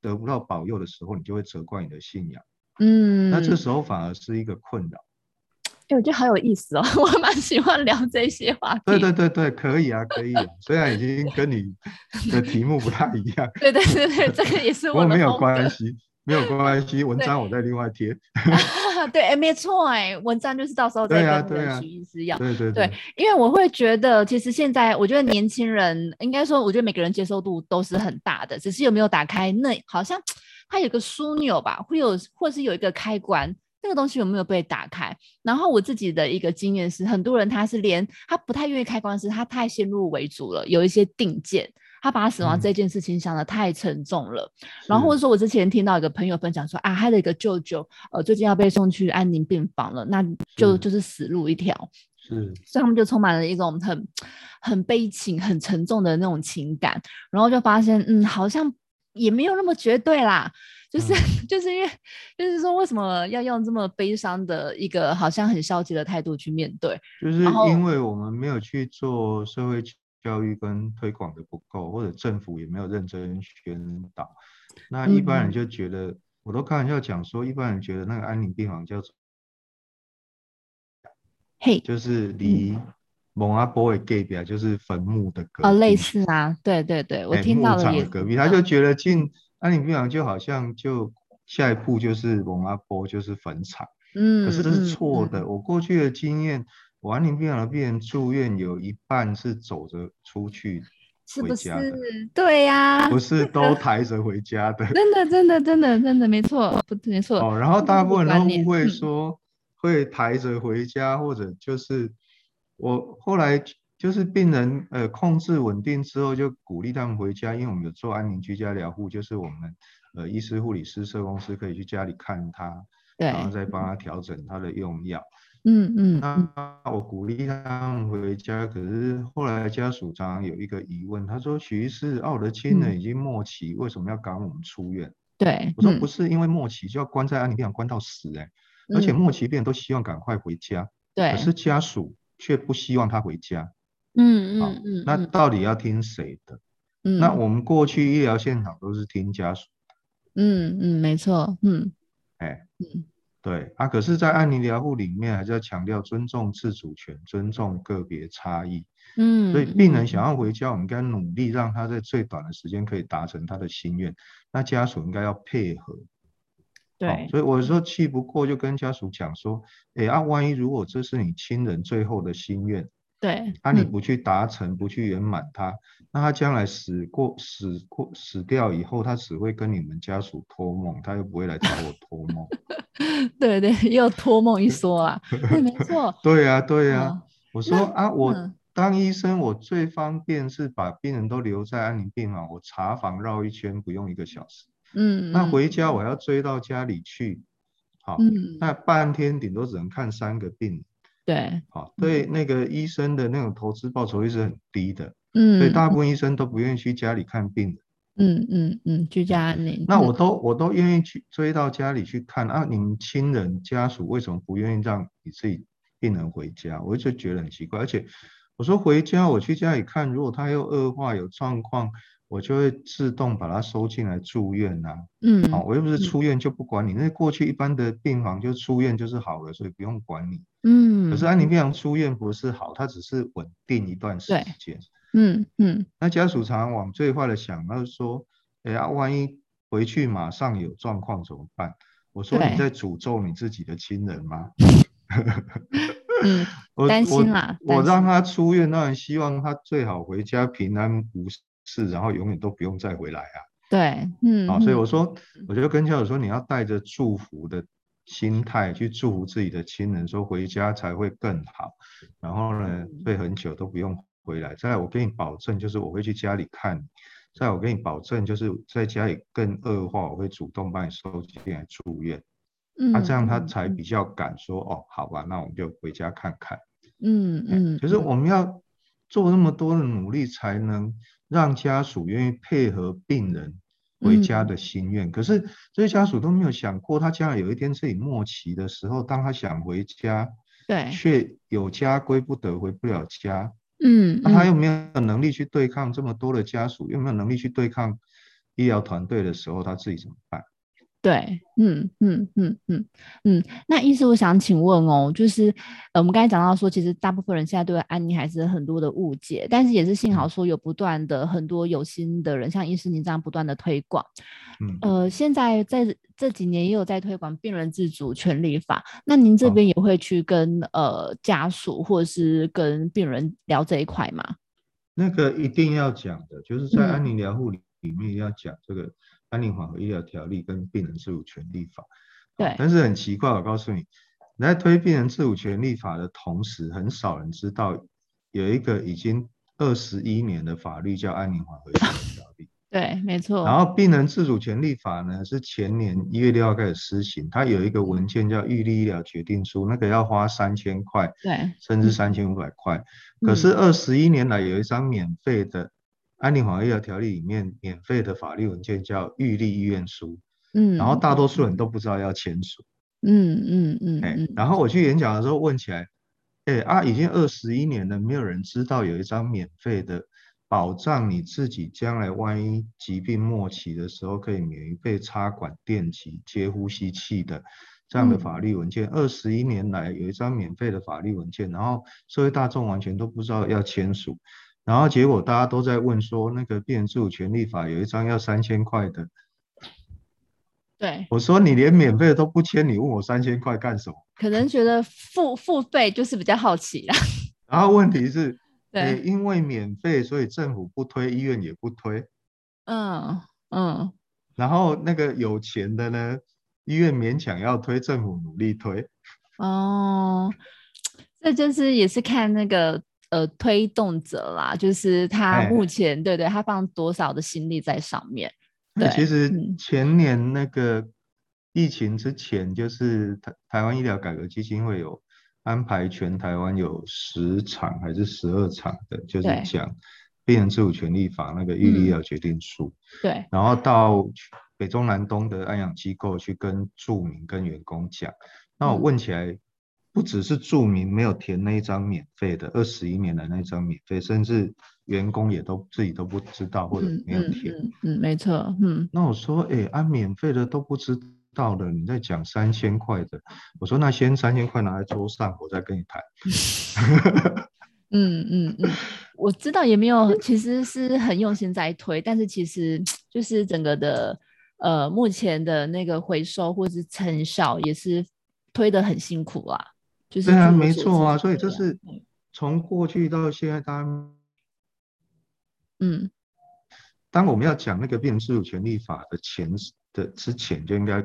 Speaker 2: 得不到保佑的时候，你就会责怪你的信仰，
Speaker 1: 嗯，
Speaker 2: 那这时候反而是一个困扰。
Speaker 1: 哎、我觉得好有意思哦， (laughs) 我蛮喜欢聊这些话题。
Speaker 2: 对对对对，可以啊，可以啊。虽然已经跟
Speaker 1: (laughs)
Speaker 2: 你的题目不太一样，
Speaker 1: 对对对对，这个也是
Speaker 2: 不
Speaker 1: 我
Speaker 2: 过
Speaker 1: 的
Speaker 2: 没有
Speaker 1: 风
Speaker 2: 关
Speaker 1: 格。
Speaker 2: 系，没有关系。文
Speaker 1: 对
Speaker 2: 章我再另外贴。
Speaker 1: 对，哎，没错，哎，文章就是到时候再
Speaker 2: 对啊
Speaker 1: 跟
Speaker 2: 对啊
Speaker 1: 袁徐医师要。
Speaker 2: 对对
Speaker 1: 对，因为我会觉得，其实现在我觉得年轻人，应该说，我觉得每个人接受度都是很大的，只是有没有打开那，好像它有个枢纽吧，会有，或是有一个开关，那个东西有没有被打开？然后我自己的一个经验是，很多人他是连他不太愿意开关是，他太先入为主了，有一些定见。他把死亡
Speaker 2: 嗯
Speaker 1: 这件事情想得太沉重了，然后
Speaker 2: 是
Speaker 1: 或者说，我之前听到一个朋友分享说啊，他的一个舅舅，呃，最近要被送去安宁病房了，那
Speaker 2: 嗯
Speaker 1: 就是就是死路一条。
Speaker 2: 是
Speaker 1: 所以他们就充满了一种很很悲情、很沉重的那种情感，然后就发现，嗯，好像也没有那么绝对啦，就是、(laughs)
Speaker 2: 嗯
Speaker 1: 就是因为就是说，为什么要用这么悲伤的一个好像很消极的态度去面对？
Speaker 2: 就是
Speaker 1: 然后
Speaker 2: 因为我们没有去做社会教育跟推广的不够，或者政府也没有认真宣导，那一
Speaker 1: 嗯
Speaker 2: 般人就觉得，我都开玩笑讲说，一般人觉得那个安宁病房叫做
Speaker 1: 嘿、
Speaker 2: 就是
Speaker 1: 嗯
Speaker 2: 离蒙阿波的隔壁，啊，就是坟墓呃的隔壁，
Speaker 1: 啊，类似啊，对对对，我
Speaker 2: 哎
Speaker 1: 听到
Speaker 2: 牧
Speaker 1: 了
Speaker 2: 场
Speaker 1: 也嗯
Speaker 2: 的
Speaker 1: 是
Speaker 2: 隔壁，
Speaker 1: 这
Speaker 2: 他
Speaker 1: 样
Speaker 2: 就觉得进安宁病房就好像就下一步就是蒙阿波就是坟场。
Speaker 1: 嗯，
Speaker 2: 可是这是
Speaker 1: 嗯
Speaker 2: 错
Speaker 1: 嗯
Speaker 2: 的。我过去的经验，我安宁病房的病人住院有一半是走着出去
Speaker 1: 是
Speaker 2: 回
Speaker 1: 不
Speaker 2: 家的，
Speaker 1: 是？对呀、
Speaker 2: 不是都抬着回家的。
Speaker 1: (laughs) 真的真的真的真的没错，不没错，(laughs)
Speaker 2: 哦，然后大
Speaker 1: 这个
Speaker 2: 部分人
Speaker 1: 观
Speaker 2: 都
Speaker 1: 念
Speaker 2: 误会
Speaker 1: 嗯
Speaker 2: 说会抬着回家，或者就是我后来就是病人呃控制稳定之后，就鼓励他们回家，因为我们有做安宁居家疗护，就是我们呃医师、护理师、社工师可以去家里看他，
Speaker 1: 对，
Speaker 2: 然后再帮他调整他的用药。
Speaker 1: 嗯嗯嗯
Speaker 2: 那我鼓励他们回家，可是后来家属常常有一个疑问，他说：“徐医师，啊，我的亲人已经末期，为什么要赶我们出院？”
Speaker 1: 对，
Speaker 2: 我说：“
Speaker 1: 嗯
Speaker 2: 不是因为末期就要关在安宁病房关到死、欸，而且
Speaker 1: 嗯
Speaker 2: 末期病人都希望赶快回家，
Speaker 1: 对
Speaker 2: 可，是家属却不希望他回家，
Speaker 1: 嗯
Speaker 2: 好
Speaker 1: 嗯嗯，
Speaker 2: 哦那
Speaker 1: 嗯
Speaker 2: 到底要听谁的？
Speaker 1: 嗯
Speaker 2: 那我们过去医疗现场都是听家属，
Speaker 1: 嗯嗯没错，嗯
Speaker 2: 哎，
Speaker 1: 嗯
Speaker 2: 对啊，可是，在安宁疗护里面还是要强调尊重自主权，尊重个别差异。”
Speaker 1: 嗯，
Speaker 2: 所以病人
Speaker 1: 嗯
Speaker 2: 想要回家，我们应该努力让他在最短的时间可以达成他的心愿。那家属应该要配合。哦
Speaker 1: 对，
Speaker 2: 所以我说气不过就跟家属讲说，哎啊，万一如果这是你亲人最后的心愿，
Speaker 1: 对，
Speaker 2: 啊你
Speaker 1: 嗯
Speaker 2: 不去达成，不去圆满他，那他将来死过死过死掉以后，他只会跟你们家属托梦，他又不会来找我托
Speaker 1: (laughs)
Speaker 2: 梦。
Speaker 1: 对对，又托梦一说啊，对，没错，
Speaker 2: (laughs) 对呀、对呀、
Speaker 1: 嗯
Speaker 2: 我说啊，我
Speaker 1: 嗯
Speaker 2: 当医生，我最方便是把病人都留在安宁病房，我查房绕一圈不用一个小时。
Speaker 1: 嗯，
Speaker 2: 那回家我要追到家里去，好，
Speaker 1: 嗯
Speaker 2: 那半天顶多只能看三个病人，
Speaker 1: 对，
Speaker 2: 好，对那个医生的那种投资报酬率是很低的，
Speaker 1: 嗯，
Speaker 2: 所以大部分医生都不愿意去家里看病人。
Speaker 1: 嗯嗯嗯，居家安宁。
Speaker 2: 那我都我都愿意去追到家里去看啊，你们亲人家属为什么不愿意让你自己病人回家？我就觉得很奇怪。而且我说回家，我去家里看，如果他又恶化有状况，我就会自动把他收进来住院呐、
Speaker 1: 嗯
Speaker 2: 啊。我又不是
Speaker 1: 嗯
Speaker 2: 出院就不管你，那过去一般的病房就出院就是好了，所以不用管你。
Speaker 1: 嗯，
Speaker 2: 可是啊安宁病房出院不是好，它只是稳定一段时
Speaker 1: 对
Speaker 2: 间。
Speaker 1: 嗯嗯
Speaker 2: 那家属常常往最坏的想，他就说：“哎呀，万一回去马上有状况怎么办？”我说：“
Speaker 1: 对
Speaker 2: 你在诅咒你自己的亲人吗
Speaker 1: 嗯，？” (laughs)
Speaker 2: 我
Speaker 1: 担
Speaker 2: 我
Speaker 1: 心啦
Speaker 2: 我
Speaker 1: 担
Speaker 2: 让
Speaker 1: 心
Speaker 2: 他出院，当然希望他最好回家平安无事，然后永远都不用再回来啊！ (laughs)
Speaker 1: 对，嗯，
Speaker 2: 啊，所以
Speaker 1: 嗯
Speaker 2: 我说，我就跟家属说，你要带着祝福的心态去祝福自己的亲人，说回家才会更好。然后呢，
Speaker 1: 嗯
Speaker 2: 会很久都不用回来。再来，我给你保证，就是我会去家里看你。再来，我给你保证，就是在家里更恶化，我会主动把你收进来住院。
Speaker 1: 嗯，
Speaker 2: 那、啊这样他才
Speaker 1: 嗯
Speaker 2: 比较敢说，哦，好吧，那我们就回家看看。
Speaker 1: 嗯嗯，
Speaker 2: 就是
Speaker 1: 嗯
Speaker 2: 我们要做那么多的努力，才能让家属愿意配合病人回
Speaker 1: 嗯
Speaker 2: 家的心愿。可是这些家属都没有想过，他将来有一天自己末期的时候，当他想回家，
Speaker 1: 对，
Speaker 2: 却有家归不得，回不了家，
Speaker 1: 嗯，
Speaker 2: 那他
Speaker 1: 嗯
Speaker 2: 又没有能力去对抗这么多的家属，又没有能力去对抗医疗团队的时候，他自己怎么办？
Speaker 1: 对，嗯嗯嗯嗯嗯，那医师，我想请问哦，就是呃，我们刚才讲到说，其实大部分人现在对安宁还是有很多的误解，但是也是
Speaker 2: 嗯
Speaker 1: 幸好说有不断的很多有心的人，像医师您这样不断的推广。
Speaker 2: 嗯。
Speaker 1: 呃，现在在这几年也有在推广病人自主权利法，那您这
Speaker 2: 好
Speaker 1: 边也会去跟呃家属或者是跟病人聊这一块吗？
Speaker 2: 那个一定要讲的，就是在
Speaker 1: 嗯
Speaker 2: 安宁疗护里里面要讲这个安宁缓和医疗条例跟病人自主权利法。
Speaker 1: 对
Speaker 2: 啊但是很奇怪，我告诉你，你在推病人自主权利法的同时，很少人知道有一个已经二十一年的法律叫安宁缓和医疗条例。
Speaker 1: 对，没错。
Speaker 2: 然后病人自主权利法呢是前年一月六号开始施行，它有一个文件叫预立医疗决定书，那个要花三千块，
Speaker 1: 对，
Speaker 2: 甚至
Speaker 1: 嗯
Speaker 2: 三千五百块。
Speaker 1: 嗯
Speaker 2: 可是二十一年来有一张免费的《安宁缓和医疗条例》里面免费的法律文件叫《预立意愿书》，
Speaker 1: 嗯，
Speaker 2: 然后大多数人都不知道要签署。
Speaker 1: 嗯嗯嗯
Speaker 2: 哎、
Speaker 1: 嗯，
Speaker 2: 然后我去演讲的时候问起来，哎啊，已经二十一年了，没有人知道有一张免费的。保障你自己将来万一疾病末期的时候，可以免于被插管、电击、接呼吸器的这样的
Speaker 1: 嗯
Speaker 2: 法律文件。二十一年来有一张免费的法律文件，然后社会大众完全都不知道要签署，然后结果大家都在问说，那个病人自主权利法有一张要三千块的，
Speaker 1: 对，
Speaker 2: 我说你连免费的都不签，你问我三千块干什么？
Speaker 1: 可能觉得付付费就是比较好奇啦。
Speaker 2: 然后问题是，诶
Speaker 1: 对，
Speaker 2: 因为免费，所以政府不推，医院也不推。
Speaker 1: 嗯嗯，
Speaker 2: 然后那个有钱的呢，医院勉强要推，政府努力推。
Speaker 1: 哦，这就是也是看那个呃推动者啦，就是他
Speaker 2: 哎
Speaker 1: 目前、对对，他放多少的心力在上面。
Speaker 2: 那
Speaker 1: 对
Speaker 2: 其实
Speaker 1: 嗯
Speaker 2: 前年那个疫情之前，就是台台湾医疗改革基金会有安排全台湾有十场还是十二场的，就是
Speaker 1: 对
Speaker 2: 讲病人自主权利法那个预
Speaker 1: 嗯
Speaker 2: 立医疗决定书。
Speaker 1: 对，
Speaker 2: 然后到去北中南东的安养机构去跟住民跟员工讲。那我
Speaker 1: 嗯
Speaker 2: 问起来，不只是住民没有填那一张免费的二十一年的那一张免费，甚至员工也都自己都不知道或者
Speaker 1: 嗯
Speaker 2: 没有
Speaker 1: 嗯
Speaker 2: 填。
Speaker 1: 嗯嗯，没错，嗯
Speaker 2: 那我说，哎、按免费的都不知道的，你在讲三千块的，我说那先三千块拿在桌上，我再跟你谈。
Speaker 1: 嗯嗯嗯，我知道也没有，其实是很用心在推，但是其实就是整个的呃目前的那个回收或是成效也是推的很辛苦啊，就是
Speaker 2: 对啊，
Speaker 1: 据我
Speaker 2: 没
Speaker 1: 所
Speaker 2: 错啊，
Speaker 1: 知
Speaker 2: 所以这
Speaker 1: 这样
Speaker 2: 是从过去到现在，大家
Speaker 1: 嗯
Speaker 2: 当我们要讲那个病人自主权利法的前的之前，就应该，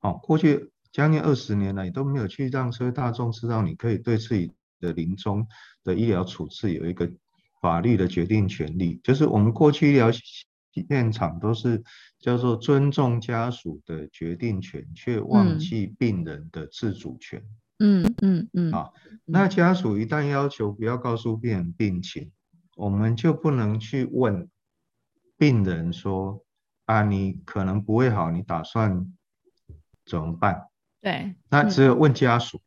Speaker 2: 哦，过去将近二十年来，你都没有去让社会大众知道你可以对自己的临终的医疗处置有一个法律的决定权利，就是我们过去医疗现场都是叫做尊重家属的决定权，却忘记病人的自主权。
Speaker 1: 嗯嗯嗯
Speaker 2: 啊，那家属一旦要求不要告诉病人病情，我们就不能去问病人说啊，你可能不会好，你打算怎么办？
Speaker 1: 对，
Speaker 2: 那
Speaker 1: 嗯
Speaker 2: 只有问家属。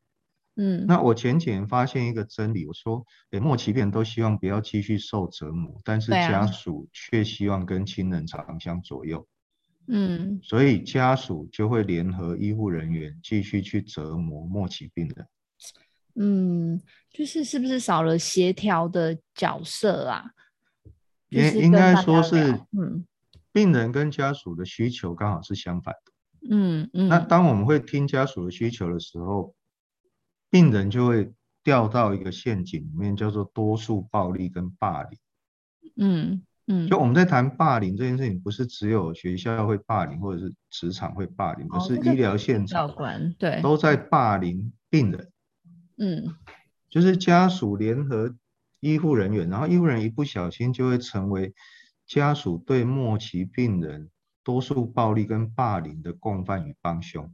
Speaker 1: 嗯
Speaker 2: 那我前几年发现一个真理，我说，诶，末期病人都希望不要继续受折磨，但是
Speaker 1: 对啊
Speaker 2: 家属却希望跟亲人常相左右，
Speaker 1: 嗯
Speaker 2: 所以家属就会联合医护人员继续去折磨末期病人。
Speaker 1: 嗯，就是是不是少了协调的角色啊？就
Speaker 2: 也
Speaker 1: 是
Speaker 2: 应
Speaker 1: 跟
Speaker 2: 该
Speaker 1: 大家
Speaker 2: 说
Speaker 1: 聊
Speaker 2: 是
Speaker 1: 嗯
Speaker 2: 病人跟家属的需求刚好是相反的。
Speaker 1: 嗯嗯，
Speaker 2: 那当我们会听家属的需求的时候，病人就会掉到一个陷阱里面，叫做多数暴力跟霸凌。
Speaker 1: 嗯嗯，
Speaker 2: 就我们在谈霸凌这件事情，不是只有学校会霸凌，或者是职场会霸凌，
Speaker 1: 哦
Speaker 2: 而是
Speaker 1: 这个
Speaker 2: 医疗现
Speaker 1: 教
Speaker 2: 场
Speaker 1: 官对，
Speaker 2: 都在霸凌病人，
Speaker 1: 嗯
Speaker 2: 就是家属联合医护人员，然后医护人员一不小心就会成为家属对末期病人多数暴力跟霸凌的共犯与帮凶。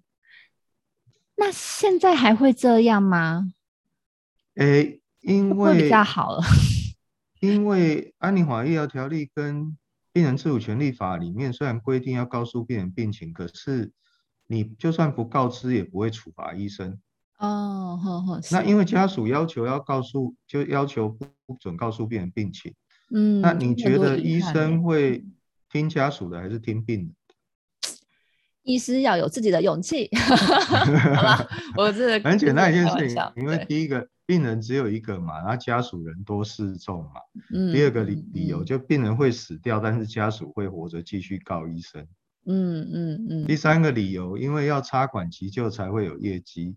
Speaker 1: 那现在还会这样吗？
Speaker 2: 诶，因
Speaker 1: 会不会比
Speaker 2: 为
Speaker 1: 较好了？
Speaker 2: 因为安宁缓和医疗条例跟病人自主权利法里面虽然规定要告诉病人病情，可是你就算不告知也不会处罚医生。
Speaker 1: (laughs) 哦，呵呵，
Speaker 2: 那
Speaker 1: 是
Speaker 2: 因为家属要求要告诉，就要求不准告诉病人病情。
Speaker 1: 嗯，
Speaker 2: 那你
Speaker 1: 真的
Speaker 2: 觉
Speaker 1: 很多
Speaker 2: 得
Speaker 1: 遗
Speaker 2: 医
Speaker 1: 憾
Speaker 2: 生
Speaker 1: 欸
Speaker 2: 会听家属的还是听病
Speaker 1: 医师要有自己的勇气？ (laughs) 好
Speaker 2: 人？ (laughs)
Speaker 1: 啦，我这
Speaker 2: 很简单一件事情，因为
Speaker 1: 对，
Speaker 2: 第一个病人只有一个嘛，然后家属人多势众嘛。
Speaker 1: 嗯
Speaker 2: 第二个理理由
Speaker 1: 嗯
Speaker 2: 就病人会死掉，但是家属会活着继续告医生。
Speaker 1: 嗯嗯嗯，
Speaker 2: 第三个理由，因为要插管急救才会有业绩，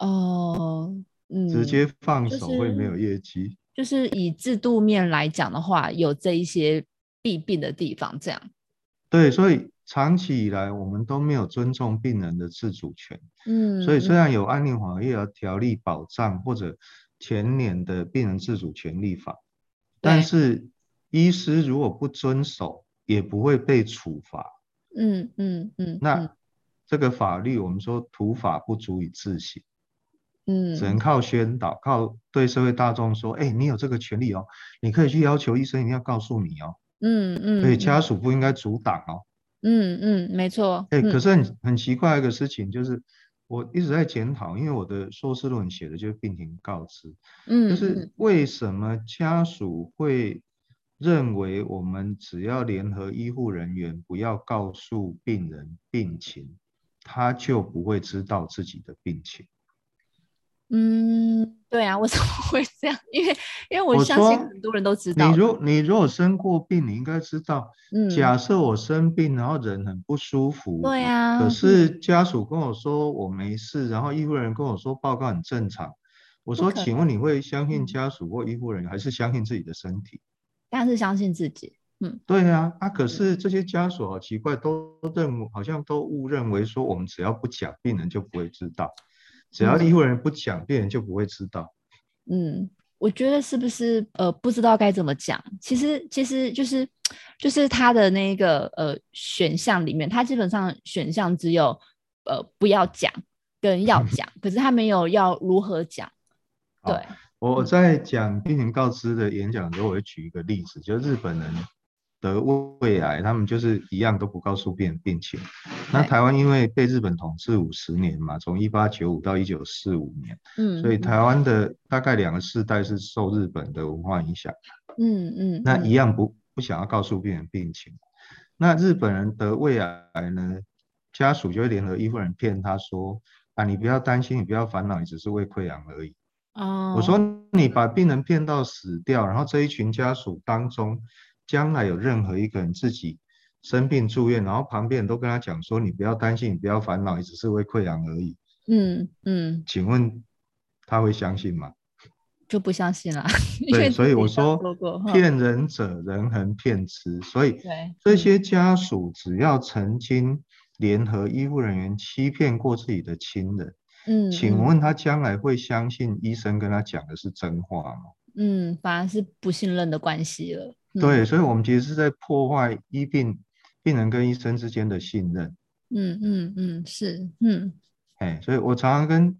Speaker 1: 哦，嗯，
Speaker 2: 直接放
Speaker 1: 就
Speaker 2: 手会没
Speaker 1: 是
Speaker 2: 有业绩。
Speaker 1: 就是以制度面来讲的话，有这一些弊病的地方，这样，
Speaker 2: 对，所以长期以来我们都没有尊重病人的自主权。
Speaker 1: 嗯，
Speaker 2: 所以
Speaker 1: 嗯
Speaker 2: 虽然有安宁缓和医疗条例保障，或者前年的病人自主权利法，但
Speaker 1: 对
Speaker 2: 是医师如果不遵守，也不会被处罚。
Speaker 1: 嗯嗯嗯，
Speaker 2: 那这个法律我们说土法不足以自行。
Speaker 1: 嗯
Speaker 2: 只能靠宣导，靠对社会大众说，哎、你有这个权利哦，你可以去要求医生一定要告诉你哦，
Speaker 1: 嗯嗯，
Speaker 2: 所以
Speaker 1: 嗯
Speaker 2: 家属不应该阻挡哦。
Speaker 1: 嗯嗯，没错，
Speaker 2: 哎、可
Speaker 1: 嗯
Speaker 2: 是很很奇怪的一个事情就是，我一直在检讨，因为我的硕士论文写的就是病情告知，
Speaker 1: 嗯，
Speaker 2: 就是为什么家属会认为我们只要联合医护人员不要告诉病人病情，他就不会知道自己的病情。
Speaker 1: 嗯，嗯对啊， (laughs) 为什么会这样？因为因为我
Speaker 2: 我
Speaker 1: 相信
Speaker 2: 说
Speaker 1: 很多人都知道
Speaker 2: 你
Speaker 1: 的，
Speaker 2: 如你如果生过病，你应该知道。
Speaker 1: 嗯，
Speaker 2: 假设我生病，然后人很不舒服，
Speaker 1: 对啊，
Speaker 2: 可
Speaker 1: 嗯
Speaker 2: 是家属跟我说我没事，然后医护人员跟我说报告很正常。
Speaker 1: 不
Speaker 2: 我说，
Speaker 1: 可
Speaker 2: 请问你会相信
Speaker 1: 嗯
Speaker 2: 家属或医护人员，还是相信自己的身体？
Speaker 1: 但是相信自己，嗯
Speaker 2: 对啊，啊，可是这些家属好奇怪，都认为好像都误认为说我们只要不讲，病人就不会知道；只要
Speaker 1: 嗯
Speaker 2: 医护人员不讲，病人就不会知道。
Speaker 1: 嗯，我觉得是不是呃不知道该怎么讲？其实其实就是就是他的那个呃选项里面，他基本上选项只有呃不要讲跟
Speaker 2: (laughs)
Speaker 1: 要讲，可是他没有要如何讲，
Speaker 2: 好
Speaker 1: 对，
Speaker 2: 我
Speaker 1: 嗯
Speaker 2: 在讲病情告知的演讲的时候，我会举一个例子，就是日本人得胃癌，他们就是一样都不告诉病人病情。那
Speaker 1: 对
Speaker 2: 台湾因为被日本统治五十年嘛，从一八九五到一九四五年，
Speaker 1: 嗯，
Speaker 2: 所以
Speaker 1: 嗯
Speaker 2: 台湾的大概两个世代是受日本的文化影响，
Speaker 1: 嗯嗯
Speaker 2: 那
Speaker 1: 嗯
Speaker 2: 一样不不想要告诉病人病情。那日本人得胃癌呢，家属就会联合医护人骗他说啊，你不要担心，你不要烦恼，你只是胃溃疡而已。
Speaker 1: 哦，
Speaker 2: 我说你把病人骗到死掉，然后这一群家属当中，将来有任何一个人自己生病住院，然后旁边人都跟他讲说你不要担心，你不要烦恼，你只是胃溃疡而已，
Speaker 1: 嗯嗯
Speaker 2: 请问他会相信吗？
Speaker 1: 就不相信了，因为
Speaker 2: 对，所
Speaker 1: 自己
Speaker 2: 以我
Speaker 1: 都
Speaker 2: 说
Speaker 1: 说过哈
Speaker 2: 骗人者人恒骗吃，所以
Speaker 1: 对
Speaker 2: 这
Speaker 1: 嗯
Speaker 2: 些家属只要曾经联合医护人员欺骗过自己的亲人，
Speaker 1: 嗯，
Speaker 2: 请问他将来会相信医生跟他讲的是真话吗？
Speaker 1: 嗯，反而是不信任的关系了。嗯
Speaker 2: 对，，所以我们其实是在破坏医病病人跟医生之间的信任。
Speaker 1: 嗯嗯嗯，是，嗯
Speaker 2: 哎，所以我常常跟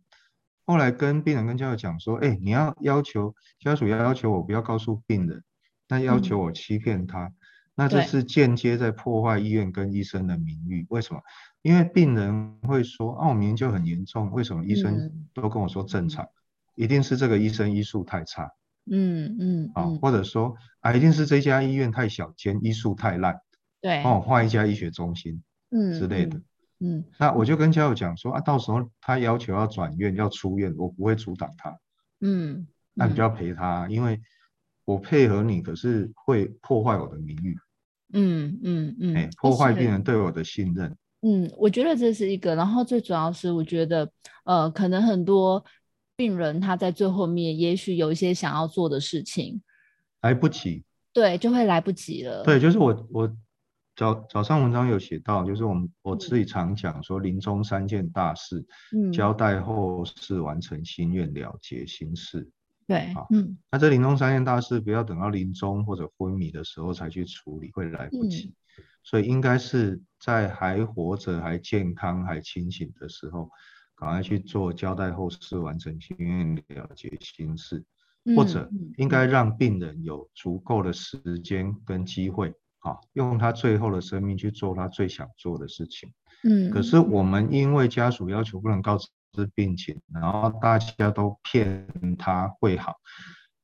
Speaker 2: 后来跟病人跟家属讲说，哎，你要要求家属要要求我不要告诉病人，那要求我欺骗他，那
Speaker 1: 嗯
Speaker 2: 这
Speaker 1: 对
Speaker 2: 是间接在破坏医院跟医生的名誉。为什么？因为病人会说，啊，我明明就很严重，为什么医生
Speaker 1: 嗯
Speaker 2: 都跟我说正常？一定是这个医生医术太差
Speaker 1: 嗯嗯
Speaker 2: 啊，
Speaker 1: 嗯，
Speaker 2: 或者说啊，一定是这家医院太小间，医术太烂，
Speaker 1: 对，
Speaker 2: 帮我换一家医学中心
Speaker 1: 嗯
Speaker 2: 哦之类的。，
Speaker 1: 嗯
Speaker 2: 那我就跟家属讲说啊，到时候他要求要转院要出院，我不会阻挡他，
Speaker 1: 嗯，嗯
Speaker 2: 那你就要陪他，啊因为我配合你，可是会破坏我的名誉，
Speaker 1: 嗯嗯嗯，
Speaker 2: 哎、
Speaker 1: 诶
Speaker 2: 破坏
Speaker 1: 是
Speaker 2: 病人对我的信任。
Speaker 1: 嗯，我觉得这是一个，然后最主要是我觉得，呃，可能很多病人他在最后面，也许有一些想要做的事情，
Speaker 2: 来不及，
Speaker 1: 对，就会来不及了。
Speaker 2: 对，，就是我我早早上文章有写到，就是我们我自己常讲说临终三件大事，
Speaker 1: 嗯，
Speaker 2: 交代后事，完成心愿，了结心事。
Speaker 1: 对
Speaker 2: 好，
Speaker 1: 嗯
Speaker 2: 那这临终三件大事，不要等到临终或者昏迷的时候才去处理，会来不及。所以应该是在还活着、还健康、还清醒的时候，赶快去做交代后事，完成心愿，了结心事，或
Speaker 1: 嗯
Speaker 2: 者
Speaker 1: 嗯
Speaker 2: 应
Speaker 1: 嗯
Speaker 2: 该让病人有足够的时间跟机会，啊，用他最后的生命去做他最想做的事情。
Speaker 1: 嗯，
Speaker 2: 可是我们因为家属要求不能告知病情，然后大家都骗他会好，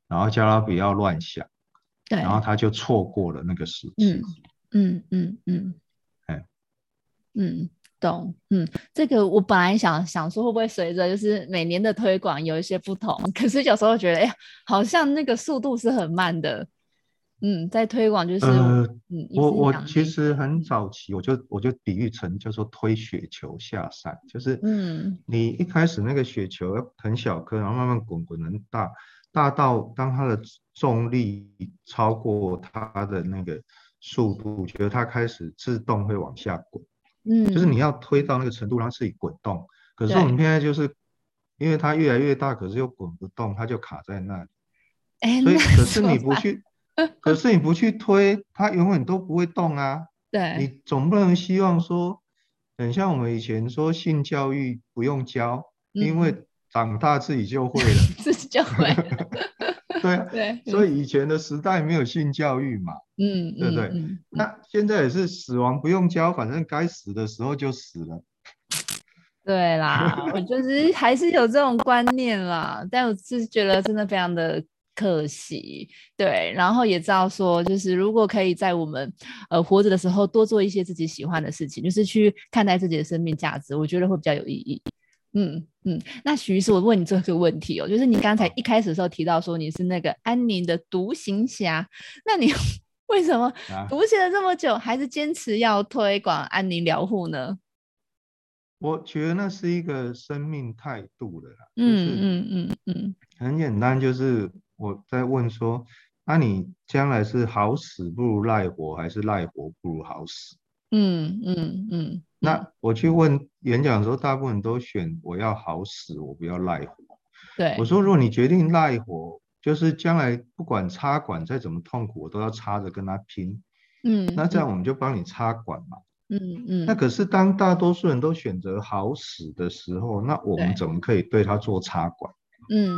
Speaker 2: 然后叫他不要乱想，
Speaker 1: 对，
Speaker 2: 然后他就错过了那个时机。
Speaker 1: 嗯嗯嗯嗯，
Speaker 2: 哎
Speaker 1: 嗯，懂，嗯，这个我本来想想说，会不会随着就是每年的推广有一些不同，可是有时候觉得，哎、呀，好像那个速度是很慢的，嗯，在推广就是，
Speaker 2: 呃
Speaker 1: 嗯，一
Speaker 2: 我
Speaker 1: 直
Speaker 2: 我
Speaker 1: 两嗯
Speaker 2: 其
Speaker 1: 年
Speaker 2: 实很早期，我就我就比喻成叫做推雪球下山，就是
Speaker 1: 嗯
Speaker 2: 你一开始那个雪球要很小颗，然后慢慢滚滚很大，大到当它的重力超过它的那个速度，觉得它开始自动会往下滚。
Speaker 1: 嗯，
Speaker 2: 就是你要推到那个程度，让它自己滚动。可是我们现在就是，因为它越来越大，可是又滚不动，它就卡
Speaker 1: (laughs)
Speaker 2: 在那里。
Speaker 1: 哎，
Speaker 2: 所以，
Speaker 1: 那
Speaker 2: 可
Speaker 1: 怎
Speaker 2: 是
Speaker 1: 么
Speaker 2: 你不
Speaker 1: 办 (laughs)
Speaker 2: 去，可是你不去推，它永远都不会动啊。你
Speaker 1: 对，
Speaker 2: 总不能希望说，很像我们以前说性教育不用教，
Speaker 1: 嗯
Speaker 2: 因为长大自己就会了。 (laughs)
Speaker 1: 自己就会了，
Speaker 2: 对啊，
Speaker 1: (laughs) 对，
Speaker 2: (laughs) 所以以前的时代没有性教育嘛。
Speaker 1: 嗯，
Speaker 2: 对不对
Speaker 1: 嗯嗯
Speaker 2: 那现在也是死亡不用教，反正该死的时候就死了。
Speaker 1: 对啦，我
Speaker 2: (laughs)
Speaker 1: 就是还是有这种观念啦，但我是觉得真的非常的可惜，对，然后也知道说，就是如果可以在我们呃活着的时候多做一些自己喜欢的事情，就是去看待自己的生命价值，我觉得会比较有意义。嗯嗯，那许医师，我问你最后一个问题哦，就是你刚才一开始的时候提到说你是那个安宁的独行侠，那你 (laughs) 为什么
Speaker 2: 啊。
Speaker 1: 独行了这么久，还是坚持要推广安宁疗护呢？
Speaker 2: 我觉得那是一个生命态度的啦，就是
Speaker 1: 嗯嗯嗯嗯，
Speaker 2: 很简单，就是我在问说，那、你将来是好死不如赖活，还是赖活不如好死？
Speaker 1: 嗯嗯嗯，嗯
Speaker 2: 那我去问演讲的时候，大部分人都选我要好死，我不要赖活。
Speaker 1: 对，
Speaker 2: 我说，如果你决定赖活，就是将来不管插管再怎么痛苦，我都要插着跟他拼。
Speaker 1: 嗯，
Speaker 2: 那这样我们就帮你插管嘛。
Speaker 1: 嗯，嗯嗯，
Speaker 2: 那可是当大多数人都选择好死的时候，那我们
Speaker 1: 对
Speaker 2: 怎么可以对他做插管？
Speaker 1: 嗯嗯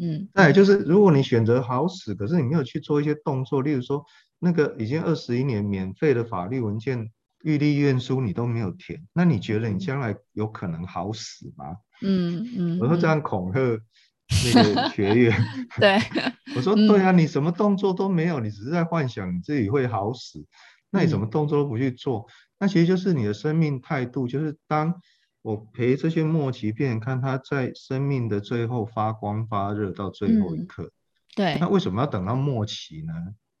Speaker 1: 嗯
Speaker 2: 再来就是，如果你选择好死，可是你没有去做一些动作，例如说那个已经二十一年免费的法律文件、预立愿书你都没有填，那你觉得你将来有可能好死吗？
Speaker 1: 嗯嗯，
Speaker 2: 我说这
Speaker 1: 嗯
Speaker 2: 样恐吓那个学员，
Speaker 1: 对，
Speaker 2: 我说对啊，你什么动作都没有，你只是在幻想你自己会好死，那你什么动作都不去做，那其实就是你的生命态度，就是当。我陪这些末期病人看他在生命的最后发光发热到最后一
Speaker 1: 嗯
Speaker 2: 刻， (laughs)
Speaker 1: 对
Speaker 2: 那，为什么要等到末期呢？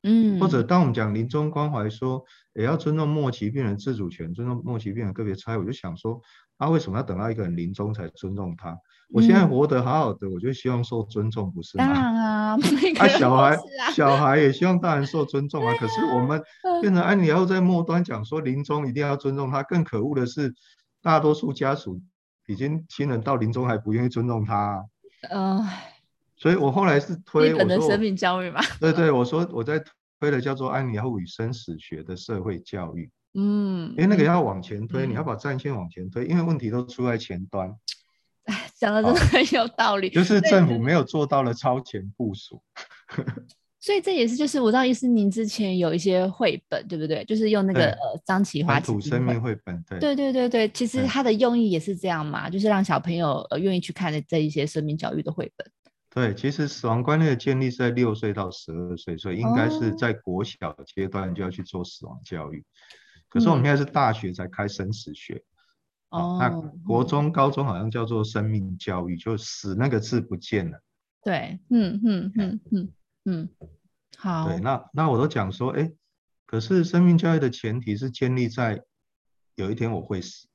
Speaker 1: 嗯，
Speaker 2: 或者当我们讲临终关怀说，也要尊重末期病人自主权，尊重末期病人个别差异，我就想说，啊，为什么要等到一个人临终才尊重他？我现在
Speaker 1: 嗯
Speaker 2: 活得好好的，我就希望受尊重，不是
Speaker 1: 当
Speaker 2: 吗？
Speaker 1: 然啊， (laughs) 每个
Speaker 2: 啊，
Speaker 1: 人
Speaker 2: 小
Speaker 1: 都
Speaker 2: 孩
Speaker 1: 是啊，
Speaker 2: 小孩也希望大人受尊重啊。可是我们
Speaker 1: (laughs) 嗯
Speaker 2: 变成啊安妮要在末端讲说临终一定要尊重他，更可恶的是，大多数家属已经亲人到临终还不愿意尊重他啊、
Speaker 1: 呃，
Speaker 2: 所以我后来是推
Speaker 1: 基本的
Speaker 2: 我说
Speaker 1: 生命教育嘛，
Speaker 2: 对对，我说我在推的叫做安妮奥与生死学的社会教育，
Speaker 1: 嗯，
Speaker 2: 因为那个要往前推，
Speaker 1: 嗯
Speaker 2: 你要把战线往前推，因为问题都出在前端，
Speaker 1: 哎讲的真的很有道理，
Speaker 2: 就是
Speaker 1: 对
Speaker 2: 政府没有做到了超前部署。
Speaker 1: 所以这也是就是我知道，伊思您之前有一些绘本，对不对？就是用那个
Speaker 2: 对
Speaker 1: 呃张启华
Speaker 2: 本土
Speaker 1: 基金
Speaker 2: 生
Speaker 1: 会
Speaker 2: 命绘本，对
Speaker 1: 对对对对，其实
Speaker 2: 对
Speaker 1: 它的用意也是这样嘛，就是让小朋友呃愿意去看的这一些生命教育的绘本。
Speaker 2: 对其实死亡观念的建立是在六岁到十二岁，所以应该是
Speaker 1: 哦
Speaker 2: 在国小阶段就要去做死亡教育。可是我
Speaker 1: 嗯
Speaker 2: 们现在是大学才开生死学，
Speaker 1: 哦，
Speaker 2: 那国
Speaker 1: 嗯
Speaker 2: 中、高中好像叫做生命教育，就死那个字不见了。
Speaker 1: 对，嗯嗯嗯嗯嗯，好，
Speaker 2: 对，那那我都讲说，哎，可是生命教育的前提是建立在有一天我会死。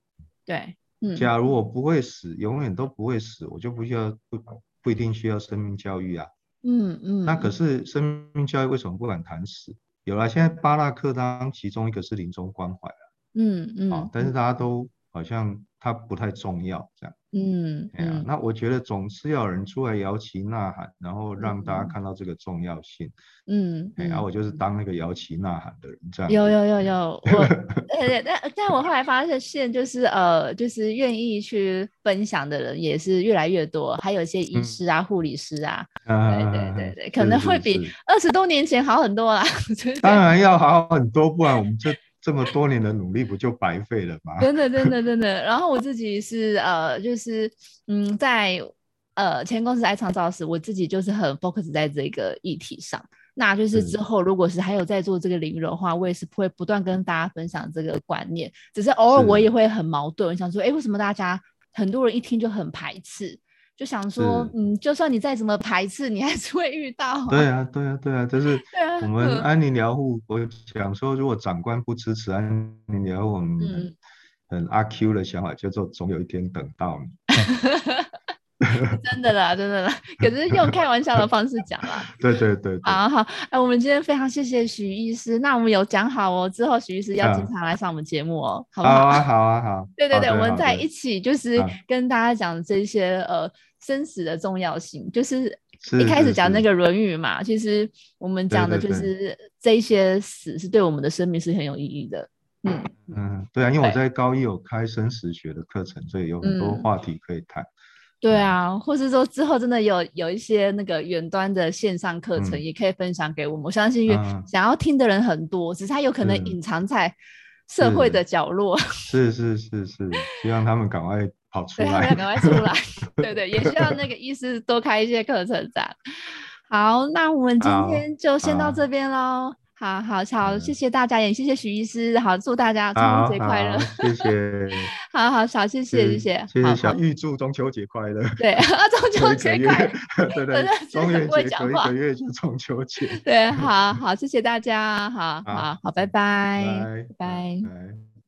Speaker 1: 对，嗯，
Speaker 2: 假如我不会死，永远都不会死，我就不需要不不一定需要生命教育啊。
Speaker 1: 嗯嗯，
Speaker 2: 那可
Speaker 1: 嗯
Speaker 2: 是生命教育为什么不敢谈死？有啦，现在巴拉克当其中一个是临终关怀啊
Speaker 1: 嗯嗯，
Speaker 2: 啊，但是大家都好像它不太重要这样。
Speaker 1: 嗯
Speaker 2: 哎呀、
Speaker 1: 嗯
Speaker 2: 那我觉得总是要有人出来摇旗呐喊，然后让大家
Speaker 1: 嗯
Speaker 2: 看到这个重要性。
Speaker 1: 嗯，
Speaker 2: 哎、然后、
Speaker 1: 嗯
Speaker 2: 我就是当那个摇旗呐喊的人这样。
Speaker 1: 有
Speaker 2: (laughs)
Speaker 1: 有有有，我呃，但但我后来发现，就是呃，就是愿意去分享的人也是越来越多，还有一些医
Speaker 2: 嗯
Speaker 1: 师啊、护理师啊，
Speaker 2: 啊，
Speaker 1: 对对对，可
Speaker 2: 是
Speaker 1: 能
Speaker 2: 是
Speaker 1: 会比
Speaker 2: 是
Speaker 1: 二十多年前好很多啦。 (laughs) 对
Speaker 2: 当然要好很多，不然我们这这么多年的努力不就白费了吗？ (laughs)
Speaker 1: 真的，真的，真的。然后我自己是呃，就是嗯，在呃前公司爱创造时，我自己就是很 focus 在这个议题上。那就是之
Speaker 2: 是
Speaker 1: 后，如果是还有在做这个领域的话，我也是会不断跟大家分享这个观念。只是偶尔我
Speaker 2: 是
Speaker 1: 也会很矛盾，我想说，哎，为什么大家很多人一听就很排斥？就想说，
Speaker 2: 是
Speaker 1: 嗯，就算你再怎么排斥，你还是会遇到啊、 (laughs)
Speaker 2: 对啊，对啊，对啊，就是
Speaker 1: 对啊
Speaker 2: 我们
Speaker 1: 嗯
Speaker 2: 安宁疗护，我讲说，如果长官不支持安宁疗护，我们
Speaker 1: 嗯
Speaker 2: 很很阿 Q 的想法叫做总有一天等到你。
Speaker 1: 真的啦，真的啦。可是用开玩笑的方式讲啦，
Speaker 2: 对对对对，
Speaker 1: 好好，哎，我们今天非常谢谢许医师。那我们有讲好哦，之后许医师要经
Speaker 2: 嗯
Speaker 1: 常来上我们节目哦，好
Speaker 2: 好
Speaker 1: 不好？
Speaker 2: 啊，好啊，好。
Speaker 1: 对对
Speaker 2: 好
Speaker 1: 对，
Speaker 2: 的
Speaker 1: 我们
Speaker 2: 好
Speaker 1: 在
Speaker 2: 的
Speaker 1: 一起就是
Speaker 2: 嗯
Speaker 1: 跟大家讲这些呃生死的重要性，就是
Speaker 2: 是
Speaker 1: 一开始
Speaker 2: 是
Speaker 1: 讲那
Speaker 2: 是
Speaker 1: 个《论语》嘛，其实我们
Speaker 2: 对
Speaker 1: 讲的
Speaker 2: 对
Speaker 1: 就
Speaker 2: 对
Speaker 1: 是这一些死是对我们的生命是很有意义的。嗯，
Speaker 2: 嗯，对啊，因为我
Speaker 1: 对
Speaker 2: 在高一有开生死学的课程，所以有很多
Speaker 1: 嗯
Speaker 2: 话题可以谈。
Speaker 1: 对
Speaker 2: 嗯
Speaker 1: 啊，或是说之后真的有有一些那个远端的线上课程，
Speaker 2: 嗯
Speaker 1: 也可以分享给我们。我相信越
Speaker 2: 啊
Speaker 1: 想要听的人很多，只是他有可能
Speaker 2: 是
Speaker 1: 隐藏在社会
Speaker 2: 是
Speaker 1: 的角落，
Speaker 2: 是是是是，希望他们赶快跑出
Speaker 1: 对，他们
Speaker 2: 来
Speaker 1: 要。赶快出
Speaker 2: (laughs)
Speaker 1: 来。对对，也需要那个医师多开一些课程这样。好，那我们今
Speaker 2: 好
Speaker 1: 天就先到
Speaker 2: 好
Speaker 1: 这边喽。好好好，
Speaker 2: 嗯
Speaker 1: 谢谢大家，也谢谢许医师。好，祝大家中
Speaker 2: 好
Speaker 1: 秋节快乐
Speaker 2: 好。谢谢，
Speaker 1: (laughs) 好好好，谢谢谢
Speaker 2: 是
Speaker 1: 谢，
Speaker 2: 嗯谢
Speaker 1: 好
Speaker 2: 谢
Speaker 1: 好
Speaker 2: 小玉，祝中秋节快乐。 (laughs)
Speaker 1: 对，啊，中
Speaker 2: 过
Speaker 1: 秋节
Speaker 2: 一个月
Speaker 1: 快乐。，(laughs)
Speaker 2: 对
Speaker 1: 真
Speaker 2: 对
Speaker 1: 的，是
Speaker 2: 中
Speaker 1: 很
Speaker 2: 元
Speaker 1: 不会
Speaker 2: 节
Speaker 1: 讲
Speaker 2: 隔一
Speaker 1: 话
Speaker 2: 个月就中秋节， (laughs)
Speaker 1: 对，好好，谢谢大家，好
Speaker 2: 好
Speaker 1: 好好，拜拜，
Speaker 2: 拜
Speaker 1: 拜。
Speaker 2: 拜。